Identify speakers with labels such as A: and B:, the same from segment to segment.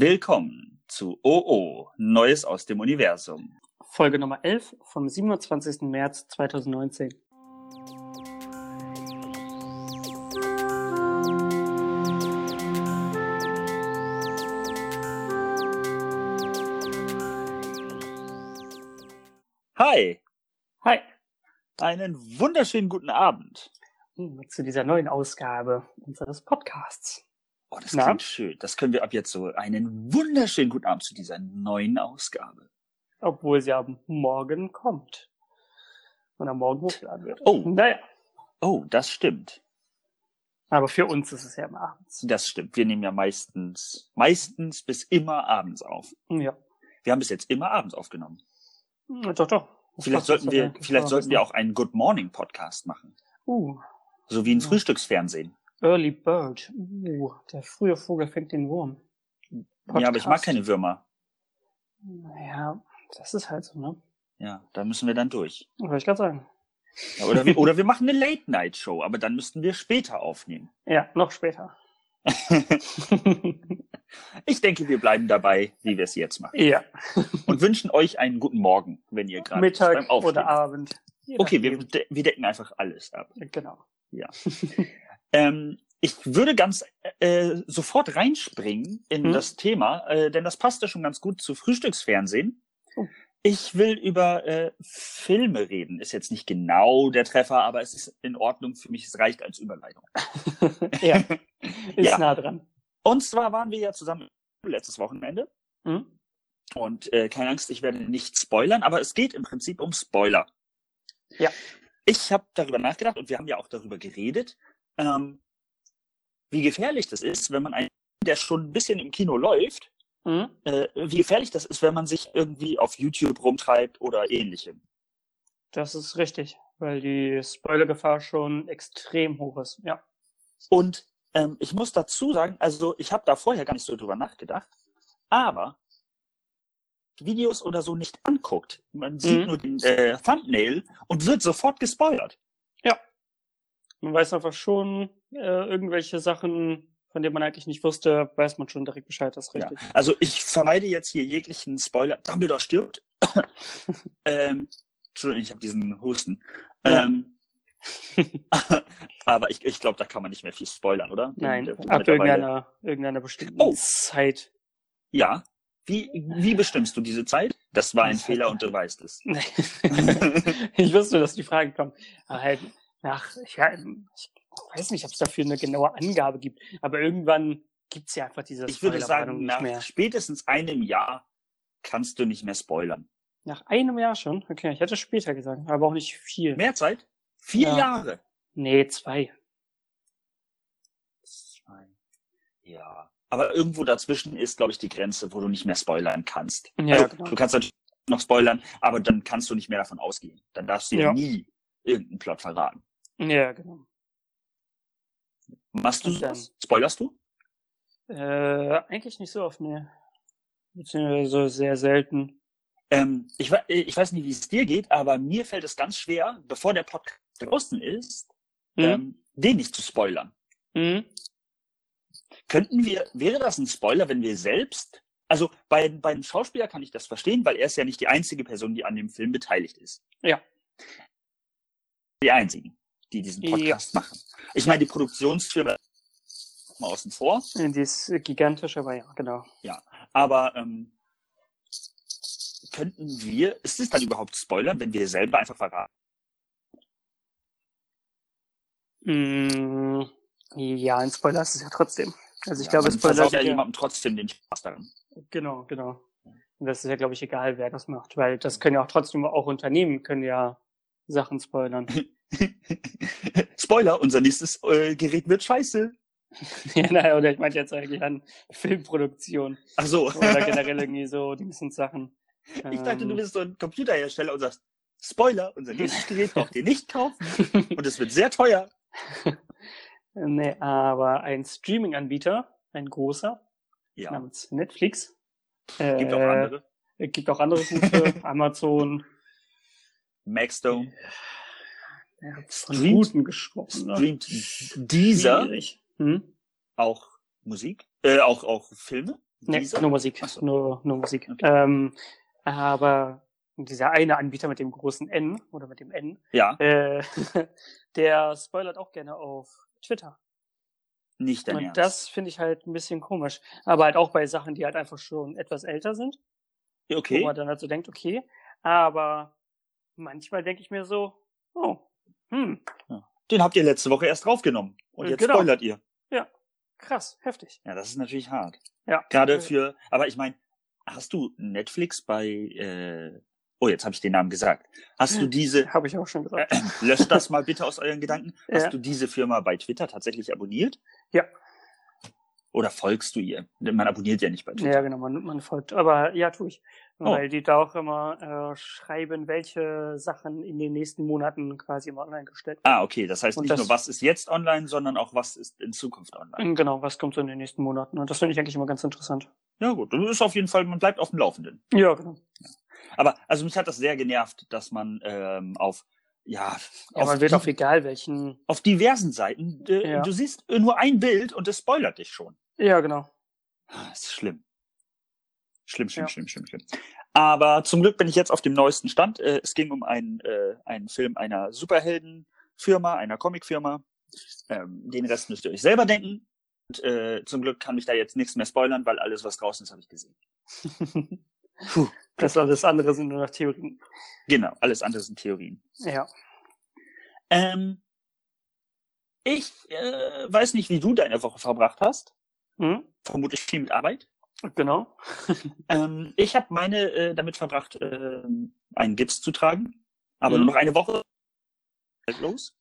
A: Willkommen zu OO, Neues aus dem Universum.
B: Folge Nummer 11 vom 27. März 2019.
A: Hi,
B: Hi
A: einen wunderschönen guten Abend.
B: zu dieser neuen Ausgabe unseres Podcasts.
A: Oh, das
B: Na?
A: klingt schön. Das können wir ab jetzt so. Einen wunderschönen guten Abend zu dieser neuen Ausgabe.
B: Obwohl sie am Morgen kommt. Und am Morgen hochgeladen wird.
A: Oh,
B: Naja,
A: oh, das stimmt.
B: aber für uns ist es ja immer abends.
A: Das stimmt. Wir nehmen ja meistens, meistens bis immer abends auf.
B: Ja.
A: Wir haben bis jetzt immer abends aufgenommen.
B: Doch, doch. Das
A: Vielleicht
B: passt
A: sollten
B: doch,
A: wir,
B: ja.
A: vielleicht sollten wir auch einen Good Morning Podcast machen.
B: Uh,
A: So wie ein
B: Ja.
A: Frühstücksfernsehen.
B: Early Bird. Uh, der frühe Vogel fängt den Wurm.
A: Ja, aber ich mag keine Würmer.
B: Naja, das ist halt so, ne?
A: Ja, da müssen wir dann durch.
B: Wollte ich gerade sagen.
A: Ja, Oder wir, oder wir machen eine Late-Night-Show, aber dann müssten wir später aufnehmen.
B: Ja, noch später.
A: Ich denke, wir bleiben dabei, wie wir es jetzt machen.
B: ja,
A: Und wünschen euch einen guten Morgen, wenn ihr gerade
B: Mittag
A: beim Aufstehen-
B: oder Abend. Je
A: Okay, wir,
B: nachdem.
A: de wir decken einfach alles ab.
B: Genau.
A: Ähm, ich würde ganz äh, sofort reinspringen in
B: Hm?
A: das Thema, äh, denn das passt ja schon ganz gut zu Frühstücksfernsehen.
B: Oh.
A: Ich will über äh, Filme reden. Ist jetzt nicht genau der Treffer, aber es ist in Ordnung für mich. Es reicht als Überleitung.
B: ja, ist
A: Ja.
B: nah dran.
A: Und zwar waren wir ja zusammen letztes Wochenende.
B: Hm?
A: Und äh, keine Angst, ich werde nicht spoilern, aber es geht im Prinzip um Spoiler.
B: Ja.
A: Ich habe darüber nachgedacht und wir haben ja auch darüber geredet, ähm, wie gefährlich das ist, wenn man einen, der schon ein bisschen im Kino läuft,
B: Hm?
A: äh, wie gefährlich das ist, wenn man sich irgendwie auf YouTube rumtreibt oder ähnlichem.
B: Das ist richtig, weil die Spoilergefahr schon extrem hoch ist. Ja.
A: Und ähm, ich muss dazu sagen, also ich habe da vorher gar nicht so drüber nachgedacht, aber Videos oder so nicht anguckt. Man sieht
B: Mhm.
A: nur den äh, Thumbnail und wird sofort gespoilert.
B: Man weiß einfach schon äh, irgendwelche Sachen, von denen man eigentlich nicht wusste, weiß man schon direkt Bescheid, das ist
A: Ja.
B: richtig.
A: Also ich vermeide jetzt hier jeglichen Spoiler. Dumbledore stirbt. ähm, Entschuldigung, ich habe diesen Husten.
B: Ja.
A: Ähm, aber ich, ich glaube, da kann man nicht mehr viel spoilern, oder?
B: Nein,
A: Mit-
B: ab
A: mittlerweile.
B: irgendeiner, irgendeiner bestimmten
A: Oh.
B: Zeit.
A: Ja. Wie, wie bestimmst du diese Zeit? Das war ein
B: Das- halt
A: Fehler und du weißt es.
B: Nee. ich wusste, dass die Frage kommt. Aber halt, nach, ja, ich weiß nicht, ob es dafür eine genaue Angabe gibt, aber irgendwann gibt es ja einfach diese
A: Ich würde sagen,
B: Spoilerwarnung
A: nach spätestens einem Jahr kannst du nicht mehr spoilern.
B: Nach einem Jahr schon? Okay, ich hätte später gesagt, aber auch nicht viel.
A: Mehr Zeit? Vier
B: Ja.
A: Jahre.
B: Nee, zwei.
A: Zwei. Ja. Aber irgendwo dazwischen ist, glaube ich, die Grenze, wo du nicht mehr spoilern kannst.
B: Ja,
A: also,
B: genau.
A: Du kannst natürlich noch spoilern, aber dann kannst du nicht mehr davon ausgehen. Dann darfst du ja,
B: Ja.
A: nie irgendeinen Plot verraten.
B: Ja, genau.
A: Machst du
B: Und dann-
A: das? Spoilerst du?
B: Äh, eigentlich nicht so oft, nee. Beziehungsweise sehr selten.
A: Ähm, ich, we- ich weiß nicht, wie es dir geht, aber mir fällt es ganz schwer, bevor der Podcast draußen ist,
B: Hm?
A: ähm, den nicht zu spoilern.
B: Hm?
A: Könnten wir, wäre das ein Spoiler, wenn wir selbst, also bei, bei einem Schauspieler kann ich das verstehen, weil er ist ja nicht die einzige Person, die an dem Film beteiligt ist.
B: Ja.
A: Die einzigen, die diesen
B: Ja.
A: Podcast machen. Ich meine, die Produktionsfirma mal außen vor,
B: Die ist mhm. gigantisch, aber ja, genau.
A: aber ähm, könnten wir, ist es dann überhaupt Spoiler, wenn wir selber einfach verraten?
B: Mm, ja, ein Spoiler ist es ja trotzdem. Also ich glaube,
A: man
B: Spoiler
A: versaut
B: sind
A: ja
B: ja-
A: jemandem trotzdem den Spaß daran.
B: Genau, genau. Und das ist ja, glaube ich, egal, wer das macht, weil das können ja auch trotzdem auch Unternehmen können ja Sachen spoilern.
A: Spoiler, unser nächstes äh, Gerät wird scheiße.
B: ja, naja, oder ich meinte jetzt eigentlich an Filmproduktion
A: Ach so.
B: oder generell irgendwie so Dings und Sachen.
A: Ich dachte, du
B: Ähm,
A: bist so ein Computerhersteller und sagst, Spoiler, unser nächstes Gerät braucht ihr nicht kaufen und es wird sehr teuer.
B: Nee, aber ein Streaming-Anbieter, ein großer,
A: Ja,
B: namens Netflix. Äh,
A: gibt auch andere.
B: äh, Gibt auch andere gute, Amazon.
A: Maxdome,
B: Ja, von
A: Streamt-
B: guten gesprochen. ne?
A: streamt dieser
B: Schwierig. Hm?
A: auch Musik, äh, auch, auch Filme?
B: Nee,
A: Deezer?
B: nur Musik.
A: Ach so.
B: Nur, nur Musik.
A: Okay.
B: Ähm, aber dieser eine Anbieter mit dem großen N oder mit dem N,
A: Ja,
B: äh, der spoilert auch gerne auf Twitter.
A: nicht dein
B: Und
A: Ernst.
B: das finde ich halt ein bisschen komisch. Aber halt auch bei Sachen, die halt einfach schon etwas älter sind, wo
A: okay.
B: man dann halt so denkt, okay, aber manchmal denke ich mir so, oh, hm,
A: Den habt ihr letzte Woche erst draufgenommen. Und
B: Äh,
A: jetzt
B: genau.
A: spoilert ihr.
B: krass, heftig.
A: Ja, das ist natürlich hart.
B: Ja.
A: Gerade
B: Äh,
A: für, aber ich meine, hast du Netflix bei, äh, oh, jetzt habe ich den Namen gesagt. Hast du diese,
B: Habe ich auch schon gesagt.
A: löscht das mal bitte aus euren Gedanken, hast
B: Ja.
A: du diese Firma bei Twitter tatsächlich abonniert?
B: Ja.
A: Oder folgst du ihr? Denn Man abonniert ja nicht bei Twitter.
B: Ja, genau, man, man folgt. Aber ja, tue ich.
A: äh, Oh.
B: Weil die da auch immer äh, schreiben, welche Sachen in den nächsten Monaten quasi immer online gestellt
A: Ah, okay, das heißt
B: Und
A: nicht
B: das-
A: nur, was ist jetzt online, sondern auch, was ist in Zukunft online.
B: werden. Genau, was kommt so in den nächsten Monaten. Und das finde ich eigentlich immer ganz interessant.
A: Ja gut, das ist auf jeden Fall, man bleibt auf dem Laufenden.
B: Ja, genau.
A: Aber also mich hat das sehr genervt, dass man ähm, auf ja,
B: Ja,
A: auf,
B: man
A: di
B: wird auf egal welchen.
A: auf diversen Seiten, äh,
B: Ja.
A: du siehst nur ein Bild und es spoilert dich schon.
B: Ja, genau.
A: Das ist schlimm. Schlimm, schlimm,
B: Ja.
A: schlimm, schlimm, schlimm. Aber zum Glück bin ich jetzt auf dem neuesten Stand. Äh, es ging um einen, äh, einen Film einer Superheldenfirma, einer Comicfirma. Ähm, den Rest müsst ihr euch selber denken. Und, äh, zum Glück kann ich da jetzt nichts mehr spoilern, weil alles, was draußen ist, habe ich gesehen. Puh.
B: Das alles andere sind nur noch Theorien.
A: Genau, alles andere sind Theorien.
B: Ja.
A: Ähm, ich äh, weiß nicht, wie du deine Woche verbracht hast.
B: Hm?
A: Vermutlich viel mit Arbeit.
B: Genau.
A: Ähm, ich habe meine äh, damit verbracht, äh, einen Gips zu tragen. Aber
B: Mhm.
A: nur noch eine Woche Halt los.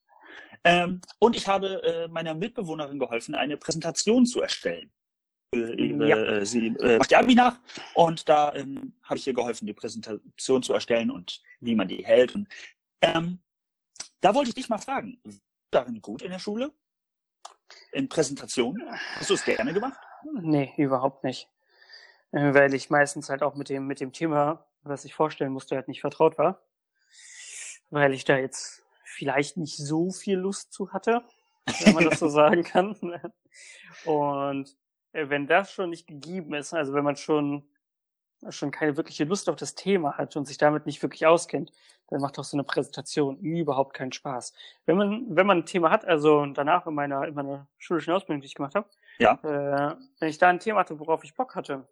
A: Ähm, und ich habe äh, meiner Mitbewohnerin geholfen, eine Präsentation zu erstellen. Für Ihre,
B: Ja.
A: äh, sie äh, macht ihr Abi nach und da ähm, habe ich ihr geholfen, die Präsentation zu erstellen und wie man die hält. Und, ähm, da wollte ich dich mal fragen, warst du darin gut in der Schule? In Präsentationen? Hast du es gerne gemacht?
B: Nee, überhaupt nicht. Äh, Weil ich meistens halt auch mit dem, mit dem Thema, was ich vorstellen musste, halt nicht vertraut war. Weil ich da jetzt vielleicht nicht so viel Lust zu hatte, wenn man das so sagen kann. Und äh, wenn das schon nicht gegeben ist, also wenn man schon, schon keine wirkliche Lust auf das Thema hat und sich damit nicht wirklich auskennt, dann macht auch so eine Präsentation überhaupt keinen Spaß. Wenn man, wenn man ein Thema hat, also danach in meiner, in meiner schulischen Ausbildung, die ich gemacht habe, äh, wenn ich da ein Thema hatte, worauf ich Bock hatte,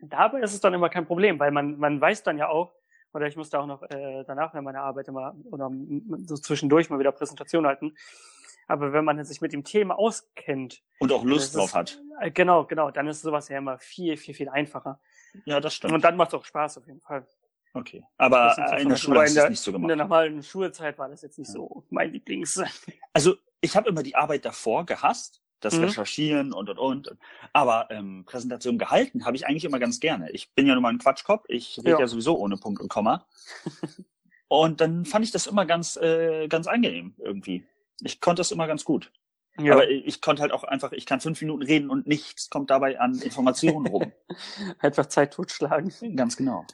B: dabei ist es dann immer kein Problem, weil man, man weiß dann ja auch, oder ich musste auch noch äh, danach in meiner Arbeit immer oder m- so zwischendurch mal wieder Präsentation halten. Aber wenn man sich mit dem Thema auskennt,
A: Und auch
B: Das
A: Lust
B: ist-
A: drauf hat.
B: äh, genau, genau, dann ist sowas ja immer viel, viel, viel einfacher.
A: Ja, das stimmt.
B: Und dann macht es auch Spaß auf jeden Fall.
A: Okay. Aber
B: Das ist so
A: äh, in der Genau. Schule
B: von der
A: hast du es
B: Gemeinde-
A: nicht so
B: In der
A: gemacht.
B: normalen Schulzeit war das jetzt nicht so mein Lieblings.
A: Also ich habe immer die Arbeit davor gehasst, das
B: Mhm.
A: Recherchieren und und und. Aber ähm, Präsentation gehalten habe ich eigentlich immer ganz gerne. Ich bin ja nun mal ein Quatschkopf, ich rede ja.
B: Ja.
A: sowieso ohne Punkt und Komma. und dann fand ich das immer ganz, äh, ganz angenehm irgendwie. Ich konnte das immer ganz gut.
B: Ja.
A: Aber ich konnte halt auch einfach, ich kann fünf Minuten reden und nichts kommt dabei an Informationen rum.
B: Einfach Zeit totschlagen.
A: ganz genau.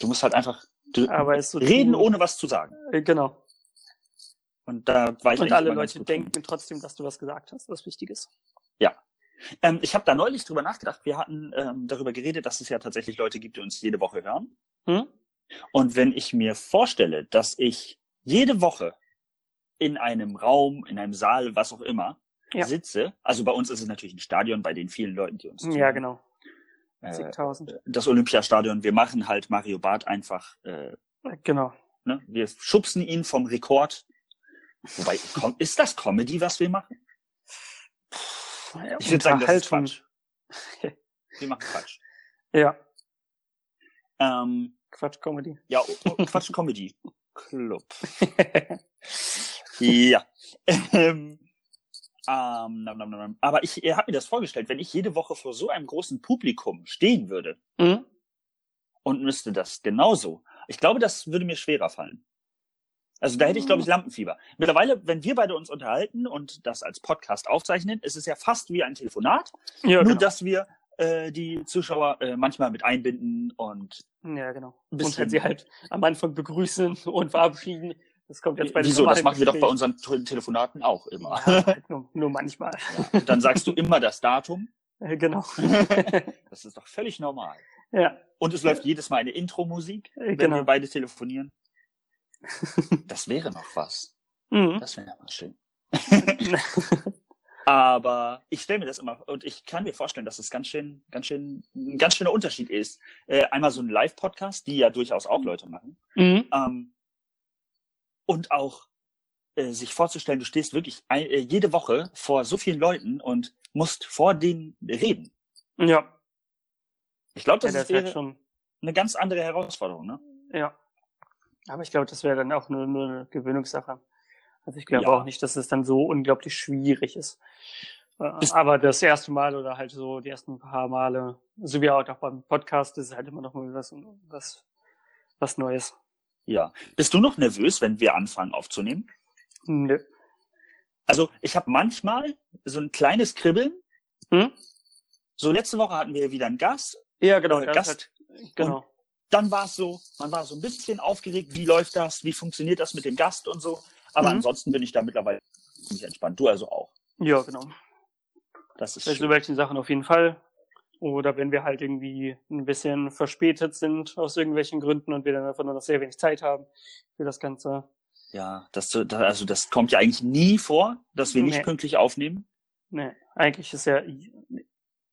A: Du musst halt einfach du,
B: Aber es so
A: reden
B: tun-
A: ohne was zu sagen.
B: Äh, Genau.
A: Und da war ich
B: Und
A: eigentlich
B: alle
A: immer ganz
B: Leute
A: gut drin.
B: denken trotzdem, dass du was gesagt hast, was wichtig ist.
A: Ähm, ich habe da neulich drüber nachgedacht. Wir hatten ähm, darüber geredet, dass es ja tatsächlich Leute gibt, die uns jede Woche hören.
B: Hm?
A: Und wenn ich mir vorstelle, dass ich jede Woche in einem Raum, in einem Saal, was auch immer,
B: Ja.
A: sitze, also bei uns ist es natürlich ein Stadion, bei den vielen Leuten, die uns
B: Ja,
A: zuhören.
B: genau.
A: Äh,
B: 70.000.
A: das Olympiastadion, wir machen halt Mario Barth einfach, äh,
B: Genau.
A: ne? wir schubsen ihn vom Rekord. Wobei, komm, ist das Comedy, was wir machen? Ich würde sagen, das ist
B: Unterhaltung.
A: Quatsch. Wir machen Quatsch.
B: Ja,
A: Ähm,
B: Quatsch-Comedy.
A: Ja, o- o- Quatsch Comedy Club. Ja. Ähm, ähm, nam, nam, nam, nam. aber ich habe mir das vorgestellt, wenn ich jede Woche vor so einem großen Publikum stehen würde
B: Hm?
A: und müsste das genauso. Ich glaube, das würde mir schwerer fallen. Also da hätte ich, glaube
B: Mm.
A: ich, Lampenfieber. Mittlerweile, wenn wir beide uns unterhalten und das als Podcast aufzeichnen, ist es ja fast wie ein Telefonat,
B: Ja,
A: nur
B: genau.
A: dass wir äh, die Zuschauer äh, manchmal mit einbinden und
B: Ja, genau.
A: Bisschen.
B: Und halt sie halt am Anfang begrüßen und verabschieden. Das kommt jetzt bei
A: Wieso? Das
B: normalen
A: machen wir doch bei
B: Gesprächen.
A: unseren Te- Telefonaten auch immer.
B: Ja, halt nur, nur manchmal.
A: Dann sagst du immer das Datum
B: Äh, genau.
A: Das ist doch völlig normal.
B: ja,
A: Und es läuft jedes Mal eine Intro-Musik,
B: äh,
A: wenn wir
B: genau.
A: beide telefonieren. Das wäre noch was.
B: Mhm.
A: Das wäre ja mal schön. Aber ich stelle mir das immer und ich kann mir vorstellen, dass es ganz schön, ganz schön, ein ganz schöner Unterschied ist. Äh, einmal so ein Live-Podcast, die ja durchaus auch Leute machen.
B: mhm.
A: Ähm, und auch äh, sich vorzustellen, du stehst wirklich ein, äh, jede Woche vor so vielen Leuten und musst vor denen reden.
B: Ja,
A: Ich glaube,
B: das,
A: das
B: ja,
A: ist
B: das ist halt
A: wäre
B: schon,
A: eine ganz andere Herausforderung. Ne?
B: ja. Aber ich glaube, das wäre dann auch nur, nur eine Gewöhnungssache. Also ich glaube
A: Ja.
B: auch nicht, dass es dann so unglaublich schwierig ist. Äh,
A: Ist-
B: Aber das erste Mal oder halt so die ersten paar Male, so wie auch beim Podcast, ist halt immer noch mal was, was, was Neues.
A: Ja. Bist du noch nervös, wenn wir anfangen aufzunehmen? Hm,
B: Nö.
A: ne. Also ich habe manchmal so ein kleines Kribbeln.
B: Hm?
A: So letzte Woche hatten wir wieder einen Gast.
B: Ja, genau.
A: äh,
B: das
A: Gast.
B: hat- genau.
A: dann war es so, man war so ein bisschen aufgeregt, wie läuft das, wie funktioniert das mit dem Gast und so. Aber
B: Mhm.
A: ansonsten bin ich da mittlerweile ziemlich entspannt. Du also auch.
B: Ja, genau.
A: Das ist
B: Bei
A: schön.
B: so welchen Sachen auf jeden Fall. Oder wenn wir halt irgendwie ein bisschen verspätet sind aus irgendwelchen Gründen und wir dann einfach nur noch sehr wenig Zeit haben für das Ganze.
A: Ja, das, so- da- also das kommt ja eigentlich nie vor, dass wir nicht
B: Nee.
A: pünktlich aufnehmen.
B: Nee, eigentlich ist ja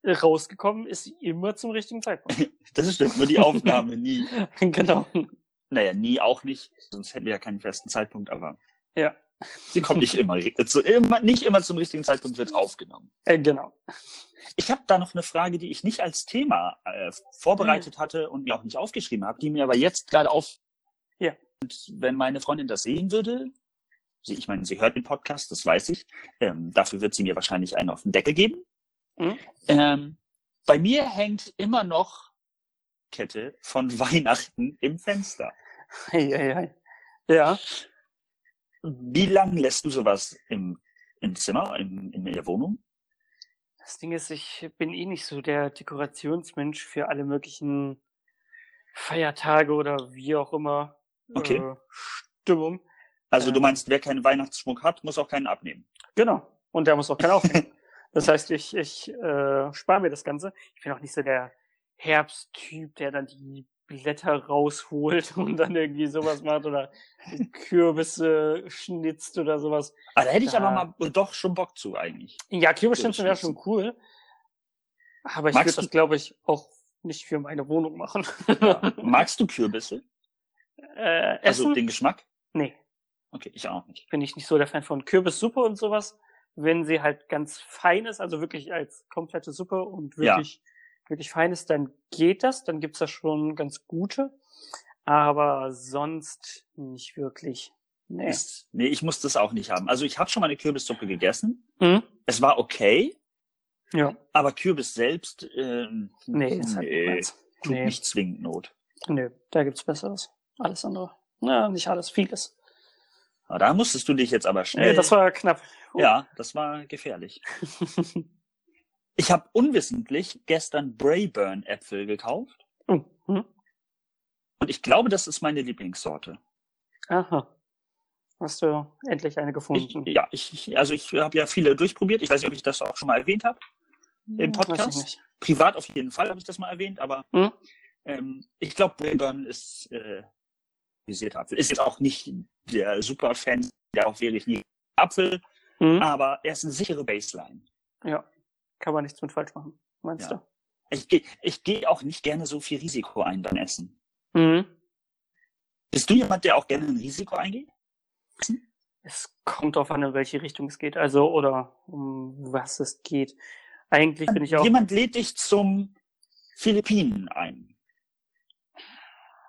B: rausgekommen, ist immer zum richtigen Zeitpunkt.
A: Das stimmt, nur die Aufnahme nie.
B: genau.
A: Naja, nie auch nicht, sonst hätten wir ja keinen festen Zeitpunkt, aber
B: Ja.
A: sie kommt nicht immer, ri- zu, immer, nicht immer zum richtigen Zeitpunkt wird aufgenommen.
B: Äh, genau.
A: Ich habe da noch eine Frage, die ich nicht als Thema äh, vorbereitet
B: Hm.
A: hatte und mir auch nicht aufgeschrieben habe, die mir aber jetzt gerade auf.
B: Ja.
A: Und wenn meine Freundin das sehen würde, sie, ich meine, sie hört den Podcast, das weiß ich. Ähm, dafür wird sie mir wahrscheinlich einen auf den Deckel geben.
B: Mhm.
A: Ähm, bei mir hängt immer noch Kette von Weihnachten im Fenster.
B: Ei, ei, ei. Ja.
A: Wie lange lässt du sowas im, im Zimmer, im, in der Wohnung?
B: Das Ding ist, ich bin eh nicht so der Dekorationsmensch für alle möglichen Feiertage oder wie auch immer
A: Okay.
B: äh, Stimmung.
A: Also du
B: Ähm.
A: meinst, wer keinen Weihnachtsschmuck hat, muss auch keinen abnehmen.
B: Genau. Und da muss auch keiner aufnehmen. das heißt, ich, ich äh, spare mir das Ganze. Ich bin auch nicht so der Herbsttyp, der dann die Blätter rausholt und dann irgendwie sowas macht oder Kürbisse schnitzt oder sowas.
A: Ah, da hätte ich
B: Da-
A: aber mal doch schon Bock zu eigentlich.
B: Ja, Kürbisse schnitzeln wäre schon cool. Aber ich
A: Magst
B: würde
A: du-
B: das, glaube ich, auch nicht für meine Wohnung machen.
A: Ja. Magst du Kürbisse?
B: äh, Essen?
A: Also den Geschmack?
B: nee,
A: Okay, ich auch nicht.
B: bin ich nicht so der Fan von Kürbissuppe und sowas. Wenn sie halt ganz fein ist, also wirklich als komplette Suppe und
A: Ja.
B: wirklich, wirklich fein ist, dann geht das, dann gibt's da schon ganz gute. Aber sonst nicht wirklich. Nee.
A: Ist, nee, ich muss das auch nicht haben. Also ich habe schon mal eine Kürbissuppe gegessen.
B: Hm?
A: Es war okay,
B: Ja.
A: aber Kürbis selbst ähm,
B: Nee, ist halt nicht
A: nee,
B: meins.
A: tut
B: Nee,
A: nicht zwingend Not.
B: nee, da gibt's Besseres. Alles andere. Na, nicht alles, vieles.
A: Aber Ah, da musstest du dich jetzt aber schnell.
B: Nee, das war knapp.
A: ja, das war gefährlich. Ich habe unwissentlich gestern Brayburn-Äpfel gekauft
B: Oh, hm?
A: und ich glaube, das ist meine Lieblingssorte.
B: Aha. Hast du endlich eine
A: Ich,
B: gefunden?
A: ja, ich, also ich habe ja viele durchprobiert. Ich weiß nicht, ob ich das auch schon mal erwähnt habe. im
B: Hm, Weiß
A: Podcast?
B: ich nicht.
A: privat auf jeden Fall habe ich das mal erwähnt, aber
B: Hm?
A: ähm, ich glaube, Braeburn ist äh, visierter Apfel. Ist jetzt auch nicht der Superfan, der auch wirklich nie Apfel,
B: Hm?
A: aber er ist eine sichere Baseline.
B: Ja, kann man nichts mit falsch machen, meinst
A: Ja. Ich gehe ich geh auch nicht gerne so viel Risiko ein beim Essen.
B: du? Mhm.
A: Bist du jemand, der auch gerne ein Risiko eingeht?
B: Es kommt darauf an, in welche Richtung es geht, also oder um was es geht. Eigentlich bin ich auch.
A: Jemand lädt dich zum Philippinen ein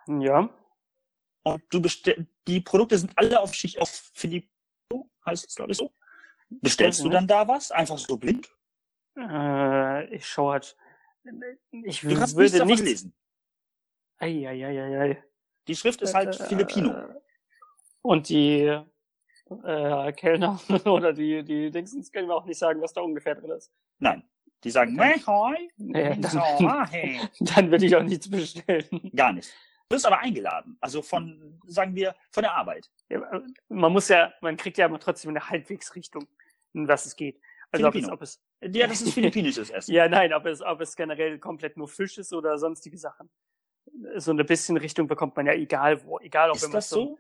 B: Ja,
A: und du bestell, die Produkte sind alle auf Schicht auf Filipino, heißt es glaube ich so. Bestellst
B: Weiß
A: du
B: ich
A: dann da was? Einfach so blind?
B: äh, ich schaue halt. Ich
A: Du kannst nichts
B: würde
A: davon
B: nicht.
A: lesen.
B: Eieieiei.
A: Die Schrift ist
B: Äh,
A: halt Filipino.
B: Und die äh, Kellner oder die, die Dingsens können mir auch nicht sagen, was da ungefähr drin ist.
A: Nein. Die sagen,
B: Okay.
A: "Meh, hoi,
B: Nee,
A: so,
B: dann,
A: ah, hey."
B: dann würde ich auch nichts bestellen.
A: gar nicht. Du wirst aber eingeladen. Also von, sagen wir, von der Arbeit.
B: Ja, Man muss ja, man kriegt ja aber trotzdem eine Halbwegsrichtung, in was es geht. Also ob es,
A: Filipino.
B: ob es,
A: Ja, das ist philippinisches Essen.
B: ja, nein, ob es, ob es generell komplett nur Fisch ist oder sonstige Sachen. So eine bisschen Richtung bekommt man ja egal wo, egal ob
A: ist
B: wenn man
A: das so?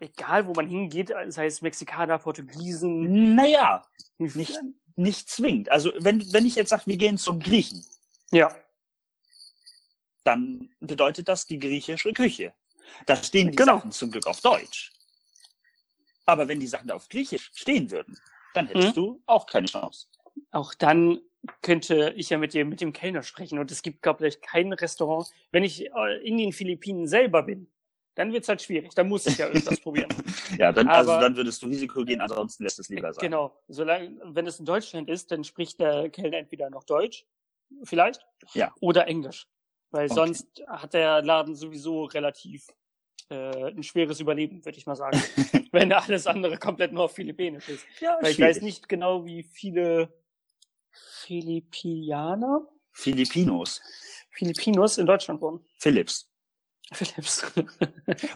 B: egal wo man hingeht, sei es Mexikaner, Portugiesen,
A: Naja, Hm, nicht, nicht zwingend. Also wenn, wenn ich jetzt sage, wir gehen zum Griechen,
B: Ja,
A: dann bedeutet das die griechische Küche. Da stehen die
B: Genau.
A: Sachen zum Glück auf Deutsch. Aber wenn die Sachen auf Griechisch stehen würden, dann hättest
B: Mhm.
A: du auch keine Chance.
B: auch dann könnte ich ja mit dir, mit dem Kellner sprechen und es gibt, glaube ich, kein Restaurant. Wenn ich äh, in den Philippinen selber bin, dann wird's halt schwierig. Dann muss ich ja irgendwas probieren.
A: Ja, dann, also
B: Aber-
A: dann würdest du Risiko gehen, ansonsten lässt es lieber sein.
B: Genau. Solange, wenn es in Deutschland ist, dann spricht der Kellner entweder noch Deutsch, vielleicht,
A: Ja.
B: oder Englisch. Weil
A: Okay.
B: sonst hat der Laden sowieso relativ äh, ein schweres Überleben, würde ich mal sagen. wenn alles andere komplett nur auf Philippinisch ist.
A: Ja,
B: Weil ich
A: schwierig.
B: weiß nicht genau, wie viele Philippianer,
A: Filipinos.
B: Filipinos in Deutschland wohnen.
A: Philips.
B: Philipps.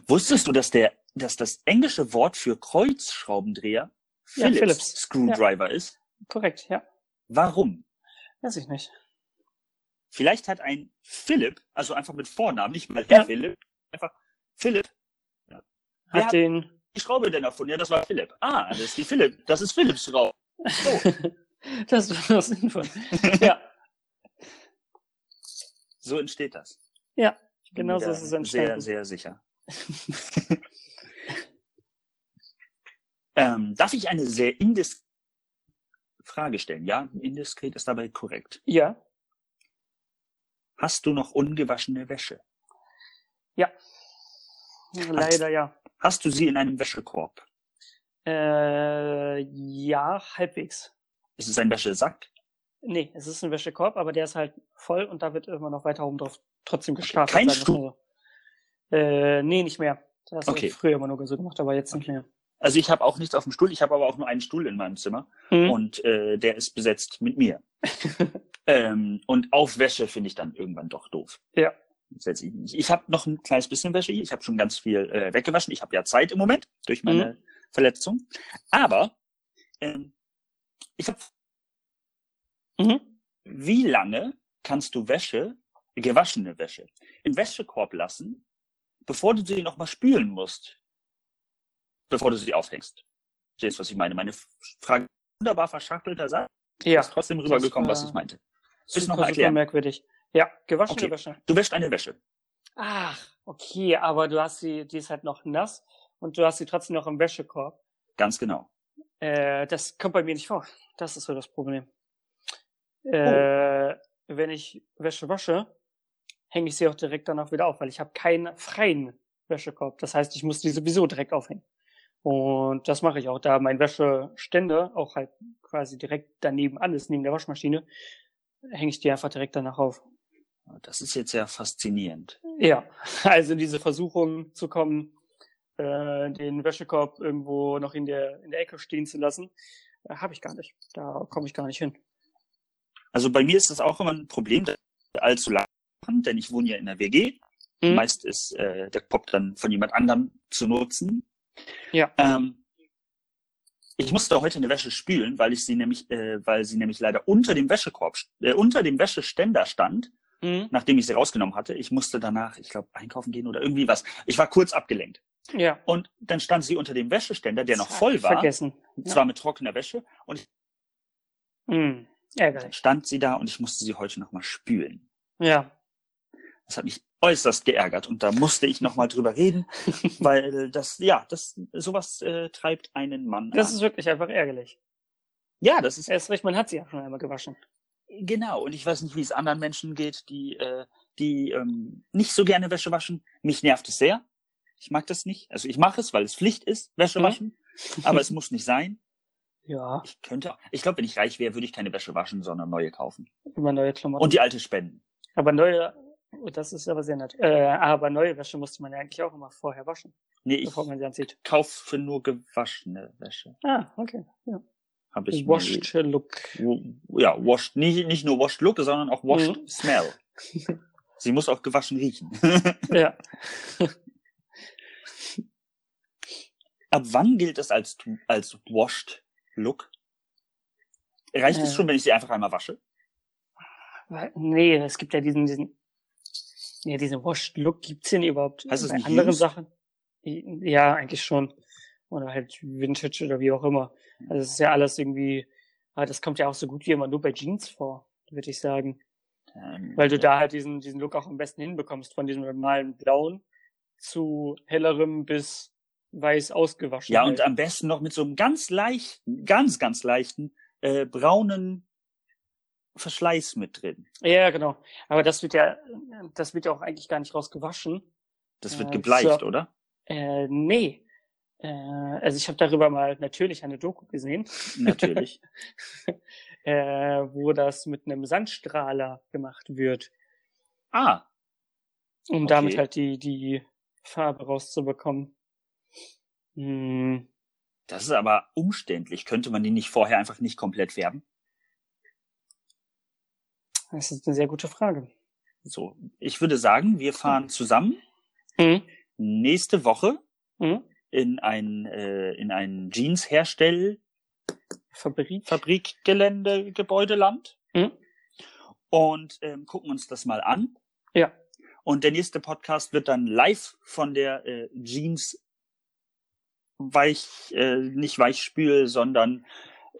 A: Wusstest du, dass der, dass das englische Wort für Kreuzschraubendreher
B: Ja,
A: Phillips,
B: Phillips.
A: Screwdriver ist?
B: Korrekt, ja.
A: Warum?
B: Weiß ich nicht.
A: Vielleicht hat ein Philipp, also einfach mit Vornamen, nicht mal Herr
B: Ja.
A: Philipp, einfach Philipp, Wer
B: Hat
A: hat-
B: den,
A: die Schraube denn erfunden? Ja, das war Philipp. Ah, das ist die Philipp, das ist Philips Schraube. So,
B: das war das sinnvoll. ja,
A: so entsteht das. Ich bin
B: genau
A: mir
B: so
A: da
B: ist es entstanden.
A: Sehr, sehr sicher. ähm, darf ich eine sehr indiskrete Frage stellen? Ja, indiskret ist dabei korrekt.
B: Ja,
A: Hast du noch ungewaschene Wäsche?
B: Also leider ja.
A: Hast du sie in einem Wäschekorb?
B: Äh, ja, halbwegs.
A: Ist es ein Wäschesack?
B: Nee, es ist ein Wäschekorb, aber der ist halt voll und da wird immer noch weiter oben drauf trotzdem gestapelt.
A: Kein
B: sagen wir's mal so. Äh, nee, nicht mehr. Das habe
A: Okay.
B: ich früher immer nur so gemacht, aber jetzt nicht mehr.
A: Also ich habe auch nichts auf dem Stuhl, ich habe aber auch nur einen Stuhl in meinem Zimmer
B: Hm.
A: und äh, der ist besetzt mit mir. ähm, und auf Wäsche finde ich dann irgendwann doch doof.
B: Ja.
A: Setz Ich, nicht. ich habe noch ein kleines bisschen Wäsche hier, ich habe schon ganz viel äh, weggewaschen, ich habe ja Zeit im Moment durch meine
B: Mhm.
A: Verletzung, aber ähm, ich habe,
B: Mhm.
A: wie lange kannst du Wäsche, gewaschene Wäsche, im Wäschekorb lassen, bevor du sie nochmal spülen musst, bevor du sie aufhängst? Verstehst du, was ich meine? Meine Frage, wunderbar verschachtelter Satz,
B: Ja,
A: ist trotzdem rübergekommen,
B: Das
A: was
B: war-
A: ich meinte. Willst du noch
B: super,
A: mal
B: super
A: erklären?
B: merkwürdig. Ja, gewaschene
A: Okay.
B: Wäsche.
A: Du wäschst eine Wäsche.
B: Ach, okay, aber du hast sie, die ist halt noch nass und du hast sie trotzdem noch im Wäschekorb.
A: Ganz genau.
B: Äh, das kommt bei mir nicht vor. Das ist so das Problem. Äh, Wenn ich Wäsche wasche, hänge ich sie auch direkt danach wieder auf, weil ich habe keinen freien Wäschekorb. Das heißt, ich muss die sowieso direkt aufhängen. Und das mache ich auch, da mein Wäscheständer auch halt quasi direkt daneben an ist, neben der Waschmaschine, hänge ich die einfach direkt danach auf.
A: Das ist jetzt ja faszinierend.
B: Ja, also diese Versuchung zu kommen, äh, den Wäschekorb irgendwo noch in der, in der Ecke stehen zu lassen, äh, habe ich gar nicht. Da komme ich gar nicht hin.
A: Also bei mir ist das auch immer ein Problem, dass wir allzu lang machen, denn ich wohne ja in der WG.
B: Mhm.
A: Meist ist äh, der Kopf dann von jemand anderem zu nutzen.
B: Ja.
A: Ähm, ich musste heute eine Wäsche spülen, weil ich sie nämlich, äh, weil sie nämlich leider unter dem Wäschekorb, st- äh, unter dem Wäscheständer stand,
B: Mhm.
A: nachdem ich sie rausgenommen hatte. Ich musste danach, ich glaube, einkaufen gehen oder irgendwie was. Ich war kurz abgelenkt.
B: Ja.
A: Und dann stand sie unter dem Wäscheständer, der noch
B: Zack,
A: voll war,
B: Vergessen.
A: zwar mit trockener Wäsche, und
B: Mhm.
A: dann
B: Ärgerlich.
A: stand sie da und ich musste sie heute nochmal spülen.
B: Ja.
A: Das hat mich äußerst geärgert und da musste ich nochmal drüber reden, weil das, ja, das, sowas äh, treibt einen Mann
B: Das
A: an.
B: ist wirklich einfach ärgerlich.
A: ja, das ist, äh,
B: Erst recht, man hat sie ja schon einmal gewaschen.
A: genau. Und ich weiß nicht, wie es anderen Menschen geht, die, äh, die ähm, nicht so gerne Wäsche waschen. Mich nervt es sehr. Ich mag das nicht. Also ich mache es, weil es Pflicht ist, Wäsche
B: Mhm.
A: waschen. Aber es muss nicht sein.
B: Ja.
A: Ich könnte, ich glaube, wenn ich reich wäre, würde ich keine Wäsche waschen, sondern neue kaufen.
B: Immer neue Klamotten.
A: Und die alte spenden.
B: aber neue, oh, das ist aber sehr nett. Äh, aber neue Wäsche musste man ja eigentlich auch immer vorher waschen,
A: Nee, ich
B: bevor man sie anzieht.
A: kaufe nur gewaschene Wäsche.
B: Ah, okay. Ja.
A: Habe ich mir-
B: Washed Look.
A: Wo- ja, washed, nicht, nicht nur washed look, sondern auch washed
B: Mhm.
A: smell. Sie muss auch gewaschen riechen.
B: Ja.
A: Ab wann gilt es als, als washed look? Reicht
B: Äh.
A: es schon, wenn ich sie einfach einmal wasche?
B: Weil- Nee, es gibt ja diesen, diesen, ja, diesen Washed Look gibt's den überhaupt.
A: Heißt das
B: Bei
A: nicht
B: anderen
A: used?
B: Sachen? Ja, eigentlich schon. Oder halt Vintage oder wie auch immer. Also es ist ja alles irgendwie, ah, das kommt ja auch so gut wie immer nur bei Jeans vor, würde ich sagen.
A: Ähm,
B: Weil du da halt diesen, diesen Look auch am besten hinbekommst, von diesem normalen Blauen zu hellerem bis weiß ausgewaschen.
A: ja,
B: halt.
A: und am besten noch mit so einem ganz leichten, ganz, ganz leichten, äh, braunen Verschleiß mit drin.
B: ja, genau. Aber das wird ja, das wird ja auch eigentlich gar nicht rausgewaschen.
A: Das wird
B: Äh,
A: gebleicht,
B: so.
A: oder?
B: Äh, nee. Äh, also ich habe darüber mal natürlich eine Doku gesehen,
A: Natürlich.
B: äh, wo das mit einem Sandstrahler gemacht wird,
A: ah,
B: um
A: Okay.
B: damit halt die, die Farbe rauszubekommen. Hm.
A: das ist aber umständlich. Könnte man die nicht vorher einfach nicht komplett färben?
B: Das ist eine sehr gute Frage.
A: So, ich würde sagen, wir fahren zusammen Mhm.
B: Hm?
A: nächste Woche
B: Hm?
A: in ein äh, in ein Jeans Herstell
B: Fabrik.
A: Fabrikgelände Gebäudeland
B: Mhm.
A: und ähm, gucken uns das mal an.
B: Ja.
A: Und der nächste Podcast wird dann live von der äh, Jeans weich äh, nicht Weichspül, sondern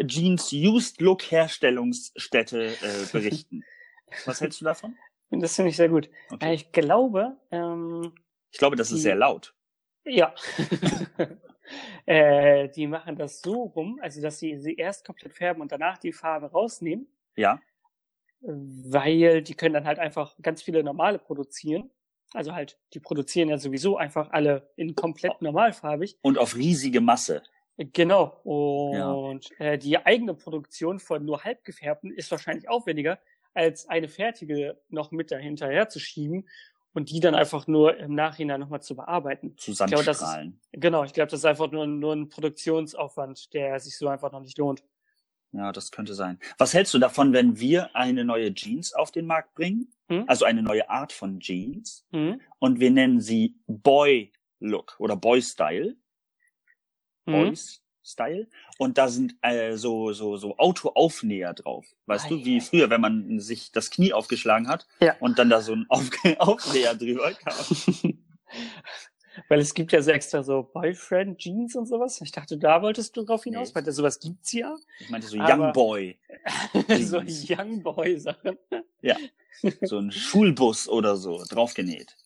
A: Jeans Used Look Herstellungsstätte äh, berichten. Was hältst du davon?
B: das finde ich sehr gut. Äh,
A: Okay.
B: Ich glaube, ähm,
A: Ich glaube, das ist sehr laut.
B: Ja. äh, die machen das so rum, also dass sie sie erst komplett färben und danach die Farbe rausnehmen.
A: Ja.
B: Weil die können dann halt einfach ganz viele normale produzieren. Also halt, die produzieren ja sowieso einfach alle in komplett normalfarbig.
A: Und auf riesige Masse.
B: Genau. Und äh, die eigene Produktion von nur halb gefärbten ist wahrscheinlich aufwendiger, als eine fertige noch mit dahinter herzuschieben und die dann einfach nur im Nachhinein nochmal zu bearbeiten. glaube, das ist-
A: Zusammenstrahlen.
B: Genau, ich glaube, das ist einfach nur, nur ein Produktionsaufwand, der sich so einfach noch nicht lohnt.
A: Ja, das könnte sein. Was hältst du davon, wenn wir eine neue Jeans auf den Markt bringen?
B: Hm?
A: Also eine neue Art von Jeans.
B: Hm?
A: Und wir nennen sie Boy Look oder Boy Style.
B: Hm?
A: Boys Style. Und da sind äh, so, so, so Autoaufnäher drauf. Weißt
B: Ei,
A: du, wie
B: ei,
A: früher, wenn man sich das Knie aufgeschlagen hat
B: Ja.
A: und dann da so ein Auf Aufnäher drüber kam.
B: Hm? Weil es gibt ja so extra so Boyfriend-Jeans und sowas. Ich dachte, da wolltest du drauf hinaus,
A: Nee.
B: weil das, sowas gibt's ja.
A: Ich meinte so
B: Aber-
A: Young Boy,
B: so
A: Jeans.
B: Young Boy-Sachen.
A: so ein Schulbus oder so, draufgenäht.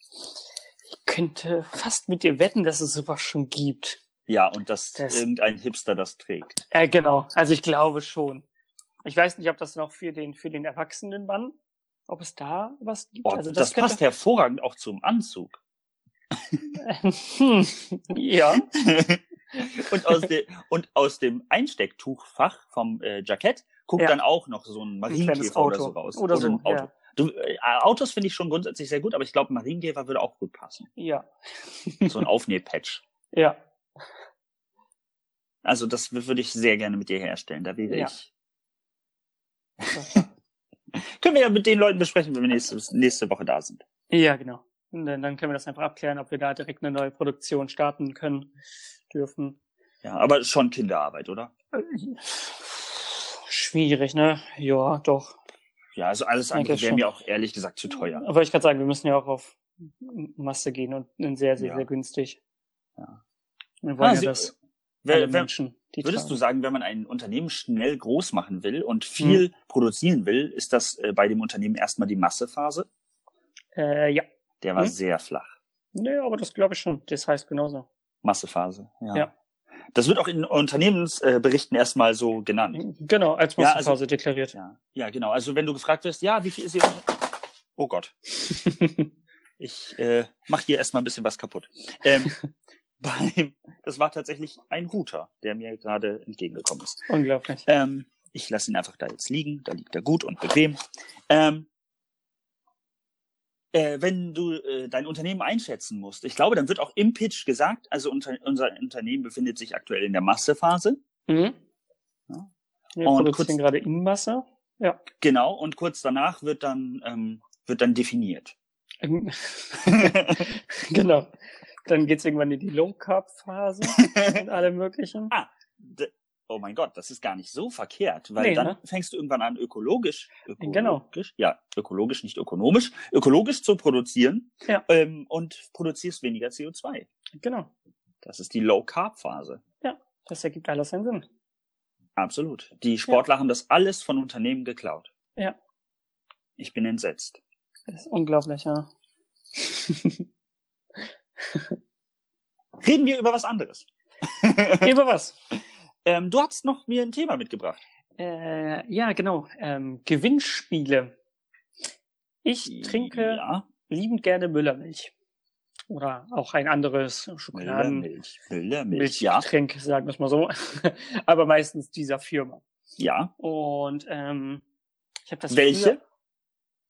B: Ich könnte fast mit dir wetten, dass es sowas schon gibt.
A: Ja, und dass
B: Das-
A: irgendein Hipster das trägt.
B: Äh, genau. Also ich glaube schon. Ich weiß nicht, ob das noch für den, für den erwachsenen Mann, ob es da was gibt.
A: Oh,
B: also
A: das,
B: könnte-
A: passt hervorragend auch zum Anzug.
B: Hm, ja.
A: und, aus de, und aus dem Einstecktuchfach vom äh, Jackett guckt
B: Ja.
A: dann auch noch so ein
B: Ein kleines
A: Marienkäfer
B: Auto.
A: oder so raus.
B: Oder so,
A: ein Auto. Du, äh, Autos finde ich schon grundsätzlich sehr gut, aber ich glaube, Marienkäfer würde auch gut passen.
B: Ja.
A: So ein Aufnähpatch.
B: Ja.
A: Also das w- würde ich sehr gerne mit dir herstellen. Da wäre
B: Ja.
A: ich. Können wir ja mit den Leuten besprechen, wenn wir nächste, nächste Woche da sind.
B: Ja, genau. Und dann, dann können wir das einfach abklären, ob wir da direkt eine neue Produktion starten können, dürfen.
A: Ja, aber schon Kinderarbeit, oder?
B: Schwierig, ne? Ja, doch.
A: Ja, also alles
B: Denke
A: andere wäre
B: schon.
A: mir auch ehrlich gesagt zu teuer.
B: Aber ich kann sagen, wir müssen ja auch auf Masse gehen und in sehr, sehr,
A: Ja.
B: sehr günstig.
A: Ja.
B: Wir wollen
A: Ah,
B: ja
A: sie-
B: das. alle
A: Wer, wer,
B: Menschen, die
A: Würdest du
B: tragen.
A: sagen, wenn man ein Unternehmen schnell groß machen will und
B: Hm.
A: viel produzieren will, ist das äh, bei dem Unternehmen erstmal die Massephase?
B: Äh, ja.
A: Der war
B: Hm.
A: sehr flach.
B: Nee, aber das glaube ich schon. Das heißt genauso.
A: Massephase, ja.
B: Ja.
A: Das wird auch in Unternehmensberichten äh, Berichten erstmal so genannt.
B: Genau, als
A: Ja, also-
B: Massenphase deklariert.
A: Ja. ja, genau. Also wenn du gefragt wirst, ja, wie viel ist ihr... Oh Gott, ich äh, mache hier erstmal ein bisschen was kaputt. Ähm, beim, das war tatsächlich ein Router, der mir gerade entgegengekommen ist.
B: Unglaublich.
A: Ähm, ich lasse ihn einfach da jetzt liegen. Da liegt er gut und bequem. Ähm, äh, wenn du äh, dein Unternehmen einschätzen musst, ich glaube, dann wird auch im Pitch gesagt, also unter, unser Unternehmen befindet sich aktuell in der Massephase.
B: Mhm.
A: Ja.
B: Wir
A: Und
B: produzieren
A: kurz-
B: gerade in Masse.
A: Genau. Und kurz danach wird dann, ähm, wird dann definiert.
B: Ähm, genau. Dann geht's irgendwann in die Low Carb Phase und alle möglichen.
A: Ah, d- oh mein Gott, das ist gar nicht so verkehrt, weil
B: Nee,
A: dann
B: ne?
A: fängst du irgendwann an, ökologisch, ökologisch,
B: Genau.
A: ja, ökologisch, nicht ökonomisch, ökologisch zu produzieren
B: Ja.
A: ähm, und produzierst weniger CO2.
B: Genau.
A: Das ist die Low-Carb-Phase.
B: Das ergibt alles seinen Sinn.
A: Absolut. Die Sportler haben das alles von Unternehmen geklaut.
B: Ja.
A: Ich bin entsetzt.
B: Das ist unglaublich, ja.
A: Reden wir über was anderes.
B: Über was?
A: Ähm, du hast noch mir ein Thema mitgebracht.
B: Äh, ja, genau. Ähm, Gewinnspiele. Ich trinke
A: ja,
B: liebend gerne Müllermilch. Oder auch ein anderes Schokoladenmilchgetränk,
A: Müllermilch, Müllermilch, ja,
B: sagen wir es mal so. Aber meistens dieser Firma.
A: ja.
B: Und ähm, ich habe das
A: Welche?